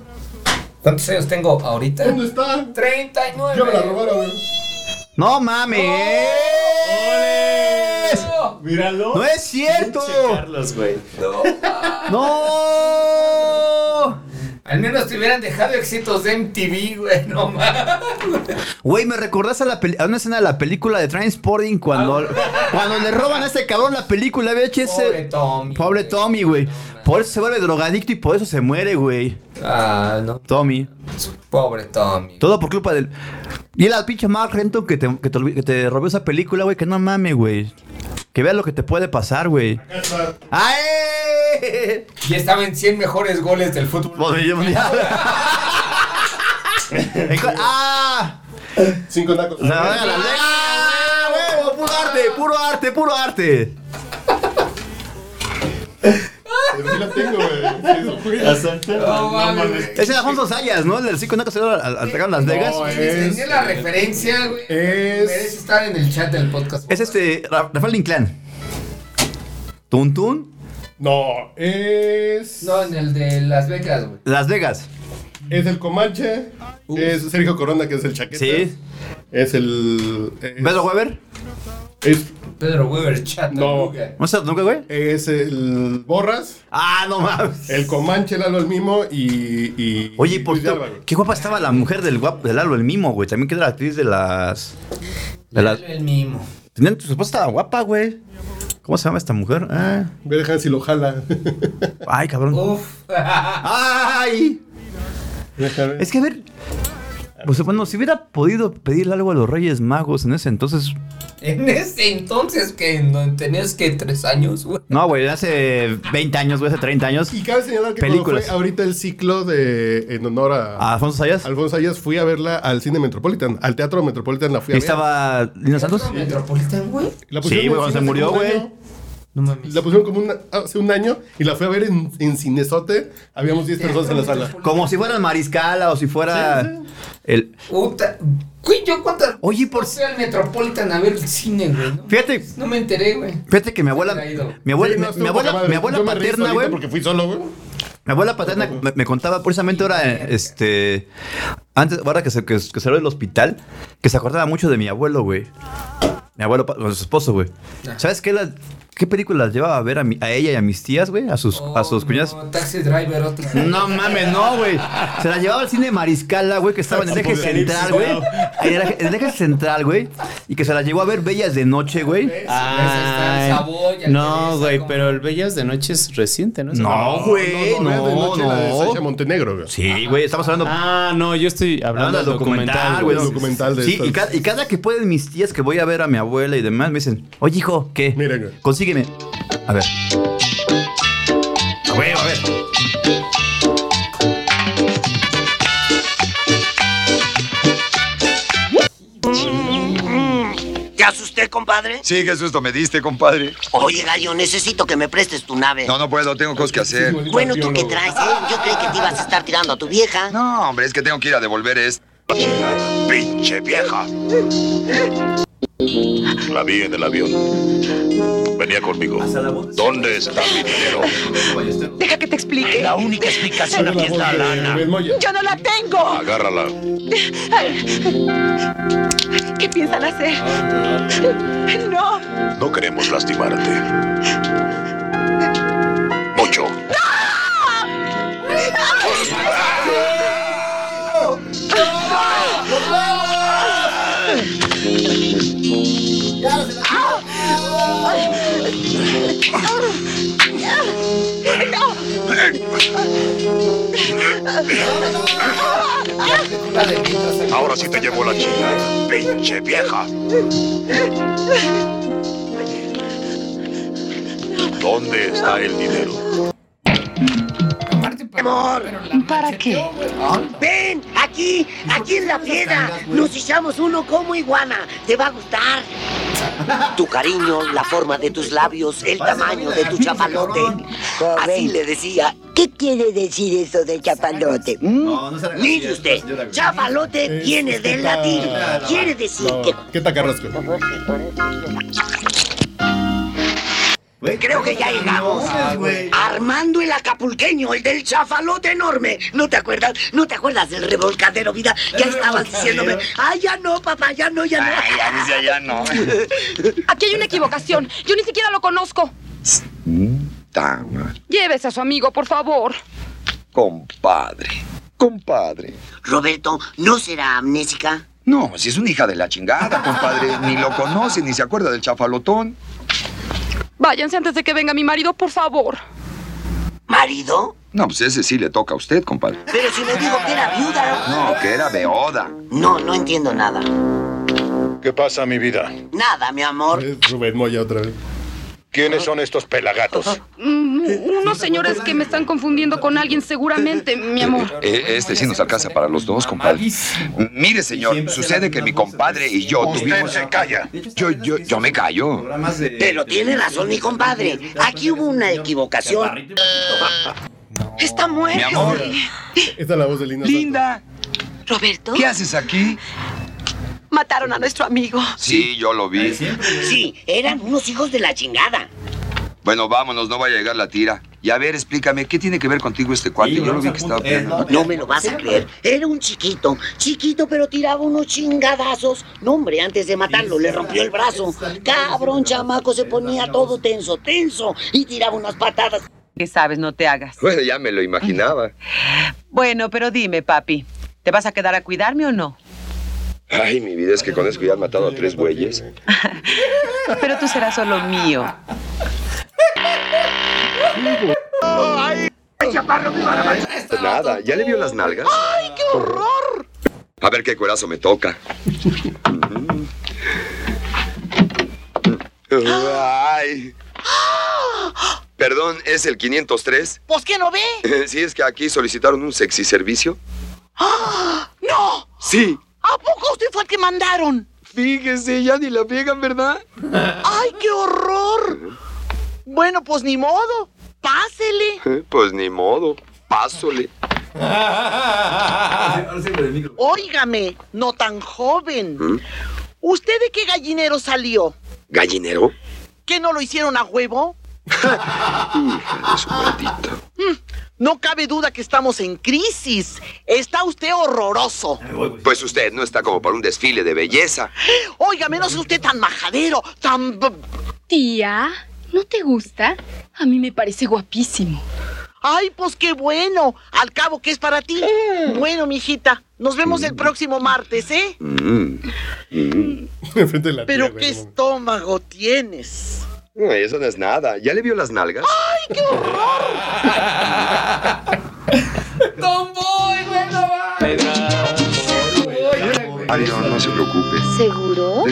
Speaker 8: ¿Cuántos años tengo ahorita?
Speaker 7: ¿Dónde está?
Speaker 8: 39.
Speaker 7: Ya me la robaron, güey.
Speaker 10: ¡No mames!
Speaker 8: No,
Speaker 9: Míralo.
Speaker 10: ¡No es cierto!
Speaker 9: Carlos, güey.
Speaker 8: no.
Speaker 10: ¡No!
Speaker 8: Al menos te hubieran dejado éxitos de MTV, güey, no mames.
Speaker 10: Güey, me recordás a, la peli- a una escena de la película de Transporting cuando, cuando le roban a este cabrón la película VHS.
Speaker 8: Pobre Tommy.
Speaker 10: Pobre Tommy, güey. Por eso se vuelve drogadicto y por eso se muere, güey.
Speaker 8: Ah, no.
Speaker 10: Tommy.
Speaker 8: Pobre Tommy.
Speaker 10: Todo por culpa del. Y la pinche Mark Renton que te, que te, olvi- que te robó esa película, güey. Que no mames, güey. Que vea lo que te puede pasar, güey. ¡Ay!
Speaker 8: Y estaba en 100 mejores goles del fútbol.
Speaker 10: Mundial. En cu- ¡Ah!
Speaker 7: Cinco tacos.
Speaker 10: La verdad, la- ¡Ah, huevo! ¡Puro arte! ¡Puro arte! ¡Puro arte!
Speaker 7: Aquí la tengo, güey.
Speaker 8: No mames.
Speaker 10: Ese es Alfonso Sayas, ¿no? El del 5 que se al, al atacar Las Vegas.
Speaker 7: No,
Speaker 8: Tenía
Speaker 7: es-
Speaker 8: la referencia, güey.
Speaker 7: es-
Speaker 8: Merece estar en el chat del podcast.
Speaker 10: Es este, Ra- Rafael Inclán. Tuntun,
Speaker 7: No, es.
Speaker 8: No, en el de Las Vegas, güey.
Speaker 10: Las Vegas.
Speaker 7: Es el Comanche.
Speaker 8: Uh.
Speaker 7: Es Sergio Corona, que es el chaqueta.
Speaker 10: Sí.
Speaker 7: Es el. es-
Speaker 10: Pedro Weber.
Speaker 7: es-
Speaker 8: Pedro Weber, chat.
Speaker 7: No.
Speaker 10: ¿No estás nunca, güey?
Speaker 7: es el Borras.
Speaker 10: Ah, no mames.
Speaker 7: El Comanche, Lalo el mismo y. y
Speaker 10: Oye,
Speaker 7: y
Speaker 10: por
Speaker 7: Luis de Alba,
Speaker 10: cierto,
Speaker 7: güey.
Speaker 10: qué guapa estaba la mujer del guapo, del Lalo, el mimo, güey. También que era la actriz de las. De las...
Speaker 8: El mimo.
Speaker 10: Tenían- Su esposa estaba guapa, güey. ¿Cómo se llama esta mujer? Ah.
Speaker 7: Ve, dejan si lo jala.
Speaker 10: Ay, cabrón.
Speaker 8: Uf.
Speaker 10: ¡Ay!
Speaker 7: Déjame.
Speaker 10: Es que a ver. Pues bueno, si hubiera podido pedirle algo a los Reyes Magos en ese entonces.
Speaker 8: En ese entonces que no tenías que tres años, güey.
Speaker 10: No, güey, hace 20 años, güey, hace 30 años.
Speaker 7: Y cabe señalar que
Speaker 10: Películas. Ah.
Speaker 7: cuando fue ahorita el ciclo de en honor a,
Speaker 10: A Alfonso Sayas.
Speaker 7: Alfonso Ayas, fui a verla al cine Metropolitan, al Teatro Metropolitan la
Speaker 10: Y
Speaker 7: fui a ver.
Speaker 10: estaba Lina Santos.
Speaker 8: Metropolitan, güey.
Speaker 7: La
Speaker 10: Sí,
Speaker 7: pusieron en
Speaker 10: güey, cuando
Speaker 7: cine
Speaker 10: se
Speaker 7: hace
Speaker 10: murió,
Speaker 7: como un
Speaker 10: güey.
Speaker 7: año.
Speaker 8: No mames.
Speaker 7: La pusieron como un- hace un año y la fui a ver en, en Cinesote. Habíamos 10 personas en la sala.
Speaker 10: Como si fuera el Mariscala o si fuera el.
Speaker 8: Puta. Güey, yo cuántas.
Speaker 10: Oye, por-
Speaker 8: sea el Metropolitan a ver el cine, güey. ¿no?
Speaker 10: Fíjate,
Speaker 8: No me enteré, güey.
Speaker 10: fíjate que mi abuela, mi abuela,
Speaker 7: Sí, no,
Speaker 10: mi-
Speaker 7: estuvo
Speaker 10: mi abuela,
Speaker 7: poca madre.
Speaker 10: mi abuela
Speaker 7: Yo me reí
Speaker 10: paterna,
Speaker 7: solito
Speaker 10: güey,
Speaker 7: Porque fui solo, güey.
Speaker 10: mi abuela paterna me, me contaba precisamente ahora, eh, este, antes, ahora que se que, que salió del hospital, que se acordaba mucho de mi abuelo, güey, mi abuelo, pa- bueno, su esposo, güey. ¿Sabes qué? La- ¿Qué películas llevaba a ver a, mi- a ella y a mis tías, güey, a sus, a sus
Speaker 8: Oh,
Speaker 10: cuñadas?
Speaker 8: no, taxi driver otra. vez.
Speaker 10: No mames, no, güey. Se la llevaba al cine Mariscala, güey, que estaba en el eje
Speaker 9: Apocalipsis,
Speaker 10: central, güey. En el eje- en el eje central, güey. Y que se la llevó a ver Bellas de Noche, güey.
Speaker 8: Esa está en Saboya,
Speaker 9: no,
Speaker 8: Teresa,
Speaker 9: güey,
Speaker 8: como-
Speaker 9: pero el Bellas de Noche es reciente, ¿no? Es como-
Speaker 10: No, güey,
Speaker 7: No, no, de
Speaker 10: no,
Speaker 7: noche la de Sasha
Speaker 10: no.
Speaker 7: Montenegro, güey.
Speaker 10: Sí, güey, estamos hablando
Speaker 9: Ah, no, yo estoy
Speaker 10: hablando
Speaker 9: hablando del
Speaker 10: del documental, güey.
Speaker 7: El documental de
Speaker 10: Sí,
Speaker 7: estas-
Speaker 10: y cada, y cada que pueden mis tías que voy a ver a mi abuela y demás, me dicen, oye, hijo, ¿qué?
Speaker 7: Mira, güey.
Speaker 10: Consígueme. A ver. A ver, a ver.
Speaker 11: ¿Te asusté, compadre?
Speaker 12: Sí, qué susto me diste, compadre.
Speaker 11: Oye, Gallo, necesito que me prestes tu nave.
Speaker 12: No, no puedo, tengo cosas que hacer.
Speaker 11: bueno, ¿tú qué traes, eh? Yo creí que te ibas a estar tirando a tu vieja.
Speaker 12: No, hombre, es que tengo que ir a devolver esto.
Speaker 13: Pinche vieja. La vi en el avión. Venía conmigo. ¿Dónde está mi dinero?
Speaker 14: Deja que te explique.
Speaker 13: La única explicación aquí es la lana.
Speaker 14: Yo no la tengo.
Speaker 13: Agárrala.
Speaker 14: ¿Qué piensan hacer? No.
Speaker 13: No queremos lastimarte. Mucho. Ahora sí te llevo la chica, pinche vieja. ¿Dónde está el dinero?
Speaker 11: Amor,
Speaker 14: ¿para qué?
Speaker 11: Ven, aquí, aquí en la piedra. Nos echamos uno como iguana. Te va a gustar. Tu cariño, la forma de tus labios, el tamaño de tu chapalote. Así le decía.
Speaker 15: ¿Qué quiere decir eso de chapalote?
Speaker 11: Mm, Mire usted, chapalote viene del latín. Quiere decir que
Speaker 7: ¿Qué tacarrasco?
Speaker 11: Creo que ya llegamos. Ah,
Speaker 10: Ah,
Speaker 11: Armando el acapulqueño, el del chafalote enorme. ¿No te acuerdas? ¿No te acuerdas del revolcadero, vida? Ya estabas diciéndome. Ah, ya no, papá, ya no, ya no.
Speaker 13: Ay, ya dice ya no.
Speaker 16: Aquí hay una equivocación. Yo ni siquiera lo conozco.
Speaker 13: Tama,
Speaker 16: Llévese a su amigo, por favor.
Speaker 13: compadre, compadre.
Speaker 11: Roberto, ¿no será amnésica?
Speaker 12: No, si es una hija de la chingada, compadre. Ni lo conoce, ni se acuerda del chafalotón.
Speaker 16: Váyanse antes de que venga mi marido, por favor.
Speaker 11: ¿Marido?
Speaker 12: No, pues ese sí le toca a usted, compadre.
Speaker 11: Pero si le digo que era viuda.
Speaker 12: No, que era beoda.
Speaker 11: No, no entiendo nada.
Speaker 13: ¿Qué pasa, mi vida?
Speaker 11: Nada, mi amor.
Speaker 7: Rubén Moya otra vez.
Speaker 13: ¿Quiénes son estos pelagatos?
Speaker 16: Mm, unos señores que me están confundiendo con alguien seguramente, mi amor.
Speaker 12: Eh, Este sí nos alcanza para los dos, compadre. M- Mire, señor, sucede que mi compadre y yo
Speaker 13: Usted
Speaker 12: tuvimos.
Speaker 13: se calla.
Speaker 12: Yo, yo, yo me callo.
Speaker 11: Pero tiene razón mi compadre. Aquí hubo una equivocación.
Speaker 14: Está muerto.
Speaker 12: Mi amor.
Speaker 7: Esta es la voz de Linda.
Speaker 14: Linda. Roberto.
Speaker 12: ¿Qué haces aquí?
Speaker 14: Mataron a nuestro amigo.
Speaker 12: Sí, yo lo vi.
Speaker 11: Sí, eran unos hijos de la chingada.
Speaker 12: Bueno, vámonos, no va a llegar la tira. Y a ver, explícame, ¿qué tiene que ver contigo este cuate? Yo lo vi que estaba peleando.
Speaker 11: No me lo vas a creer. Era un chiquito, chiquito, pero tiraba unos chingadazos. No, hombre, antes de matarlo, le rompió el brazo. Cabrón, chamaco, se ponía todo tenso, tenso, y tiraba unas patadas.
Speaker 17: Que sabes, no te hagas.
Speaker 12: Bueno, ya me lo imaginaba.
Speaker 17: Bueno, pero dime, papi, ¿te vas a quedar a cuidarme o no?
Speaker 12: Ay, mi vida es que con eso ya han matado a tres güeyes.
Speaker 17: Pero tú serás solo mío.
Speaker 11: ¡Ay, chaparro, mi maravilla!
Speaker 12: Nada, ¿ya le vio las nalgas?
Speaker 11: ¡Ay, qué horror!
Speaker 12: A ver qué cuerazo me toca. Ay. Perdón, ¿es el 503?
Speaker 14: ¿Pues qué no ve?
Speaker 12: Sí, es que aquí solicitaron un sexy servicio.
Speaker 14: ¡Ah! ¡No!
Speaker 12: Sí.
Speaker 14: ¿A poco usted fue el que mandaron?
Speaker 12: Fíjese, ya ni la pegan, ¿verdad?
Speaker 14: ¡Ay, qué horror! Bueno, pues ni modo. Pásele.
Speaker 12: Pues ni modo, pásole.
Speaker 14: Óigame, no tan joven. ¿Usted de qué gallinero salió?
Speaker 12: ¿Gallinero?
Speaker 14: ¿Que no lo hicieron a huevo? Mm, No cabe duda que estamos en crisis. Está usted horroroso.
Speaker 12: Pues usted no está como para un desfile de belleza.
Speaker 14: Óigame, no sea usted tan majadero, tan... b-
Speaker 16: Tía, ¿no te gusta? A mí me parece guapísimo.
Speaker 14: Ay, pues qué bueno. Al cabo que es para ti. Bueno, mijita, nos vemos el próximo martes, ¿eh?
Speaker 7: Enfrente de la tía,
Speaker 14: Pero
Speaker 7: güey,
Speaker 14: qué
Speaker 7: no mames.
Speaker 14: estómago tienes.
Speaker 12: No, eso no es nada. ¿Ya le vio las nalgas?
Speaker 14: ¡Ay, qué horror!
Speaker 4: ¡Tomboy, güey! no
Speaker 12: Ay, no, no se preocupe.
Speaker 5: ¿Seguro?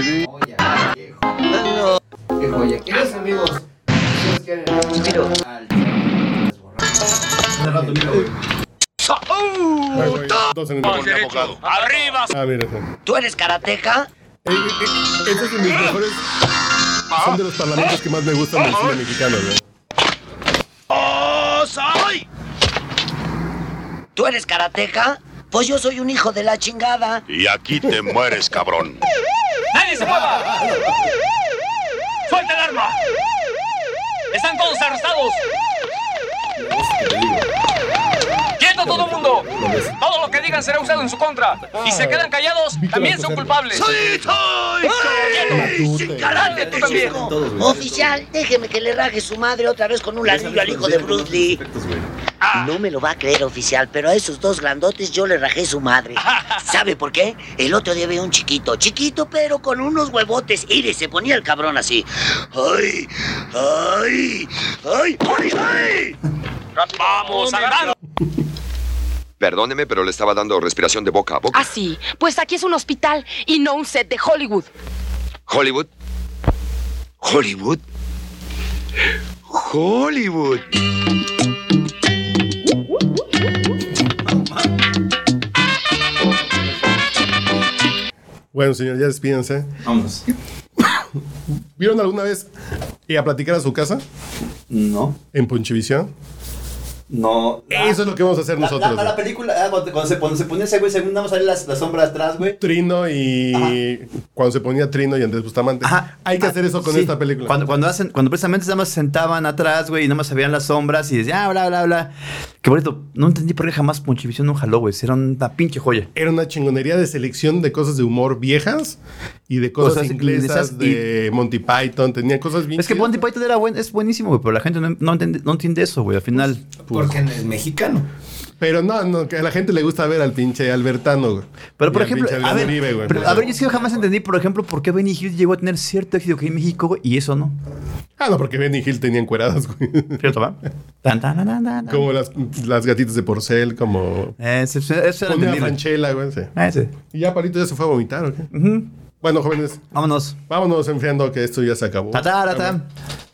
Speaker 8: Qué joya. ¿Quieres amigos?
Speaker 7: Ay, güey, dos en el mismo abogado.
Speaker 11: ¡Arriba!
Speaker 7: Ah, mira. sí.
Speaker 11: ¿Tú eres karateca?
Speaker 7: Eh, eh, eh, estos son mis mejores. Son de los parlamentos que más me gustan del cine mexicano, güey.
Speaker 11: ¡Soy! ¿Tú eres karateca? Pues yo soy un hijo de la chingada.
Speaker 13: Y aquí te mueres, cabrón.
Speaker 18: ¡Nadie se mueva! ¡Suelta el arma! ¡Están todos arrestados! ¡Quieto todo el mundo! Todo lo que digan será usado en su contra. Y se quedan callados, también son culpables.
Speaker 11: ¡Sí,
Speaker 18: ¡Quieto!
Speaker 11: ¡Carate, te chico! Oficial, déjeme que le raje su madre otra vez con un ladrillo al hijo de Bruce Lee. Ah. No me lo va a creer, oficial, pero a esos dos grandotes yo le rajé su madre. ¿Sabe por qué? El otro día vi un chiquito, chiquito pero con unos huevotes. Y se ponía el cabrón así. ¡Ay! ¡Ay! ¡Ay! ¡Ay! ay!
Speaker 18: ¡Vamos, agarrando!
Speaker 12: Perdóneme, pero le estaba dando respiración de boca a boca.
Speaker 16: Ah, sí. Pues aquí es un hospital y no un set de Hollywood.
Speaker 12: Hollywood. Hollywood. Hollywood.
Speaker 7: Bueno, señor, ya despídense.
Speaker 19: Vamos.
Speaker 7: ¿Vieron alguna vez ir a platicar a su casa?
Speaker 19: No.
Speaker 7: ¿En Ponchivisión?
Speaker 19: No.
Speaker 7: Eso es lo que vamos a hacer
Speaker 19: La- la-
Speaker 7: nosotros.
Speaker 19: La, la película, ah, cuando, cuando se, pone- se ponía ese güey, según nada más salían las, las sombras atrás, güey.
Speaker 7: Trino y. Cuando se ponía Trino y Andrés Bustamante. Este, Hay que hacer eso con
Speaker 10: Ah, Sí.
Speaker 7: esta película.
Speaker 10: Cuando, cuando, hacen, cuando precisamente nada más se sentaban atrás, güey, y nada más se veían las sombras y decían, ah, bla, bla, bla. Qué bonito. No entendí por qué jamás Ponchivisión no jaló, güey. Era una pinche joya.
Speaker 7: Era una chingonería de selección de cosas de humor viejas y de cosas
Speaker 10: Cosas inglesas
Speaker 7: inglesas
Speaker 10: y-
Speaker 7: de Monty Python. Tenía cosas bien.
Speaker 10: Es que Monty Python era buen, es buenísimo, güey, pero la gente no, no entiende, no entiende eso, güey. Al final.
Speaker 8: porque Pues, no es mexicano.
Speaker 7: Pero no, no, que a la gente le gusta ver al pinche Albertano, güey.
Speaker 10: Pero por
Speaker 7: Y al
Speaker 10: ejemplo,
Speaker 7: pinche
Speaker 10: a ver,
Speaker 7: Adrián Uribe, güey. pues,
Speaker 10: pero, a ver, yo sí jamás entendí, por ejemplo, por qué Benny Hill llegó a tener cierto éxito aquí en México güey, y eso no.
Speaker 7: Ah, no, porque Benny Hill tenía encueradas, güey.
Speaker 10: ¿Cierto, va? Tan, tan, tan, tan, tan.
Speaker 7: Como las, las gatitas de porcel, como.
Speaker 10: Eh, eso- eso era
Speaker 7: Ponía
Speaker 10: entendible.
Speaker 7: ranchela, güey. sí.
Speaker 10: Ah, ese.
Speaker 7: Y ya Palito ya se fue a vomitar, ¿o qué? Bueno, jóvenes.
Speaker 10: Vámonos.
Speaker 7: Vámonos enfriando que esto ya se acabó.
Speaker 10: Ta, ta, ta, ta.
Speaker 7: A ver,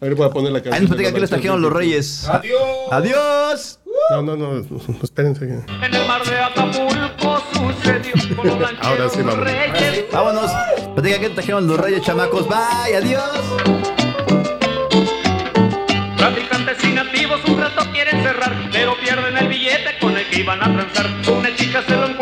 Speaker 7: a ver, voy a poner la canción.
Speaker 10: Ahí nos platican
Speaker 7: platican
Speaker 10: qué les trajeron los reyes.
Speaker 7: Adiós.
Speaker 10: Adiós.
Speaker 7: No, no, no. Espérense. que-
Speaker 18: En el mar de Acapulco sucedió con los
Speaker 7: Ahora sí, vamos.
Speaker 18: reyes.
Speaker 10: Vámonos. Platican qué les trajeron los reyes, chamacos. Bye, adiós.
Speaker 18: Traficantes y nativos un rato quieren cerrar, pero pierden el billete con el que iban a transar. Una chica se lo encuentra.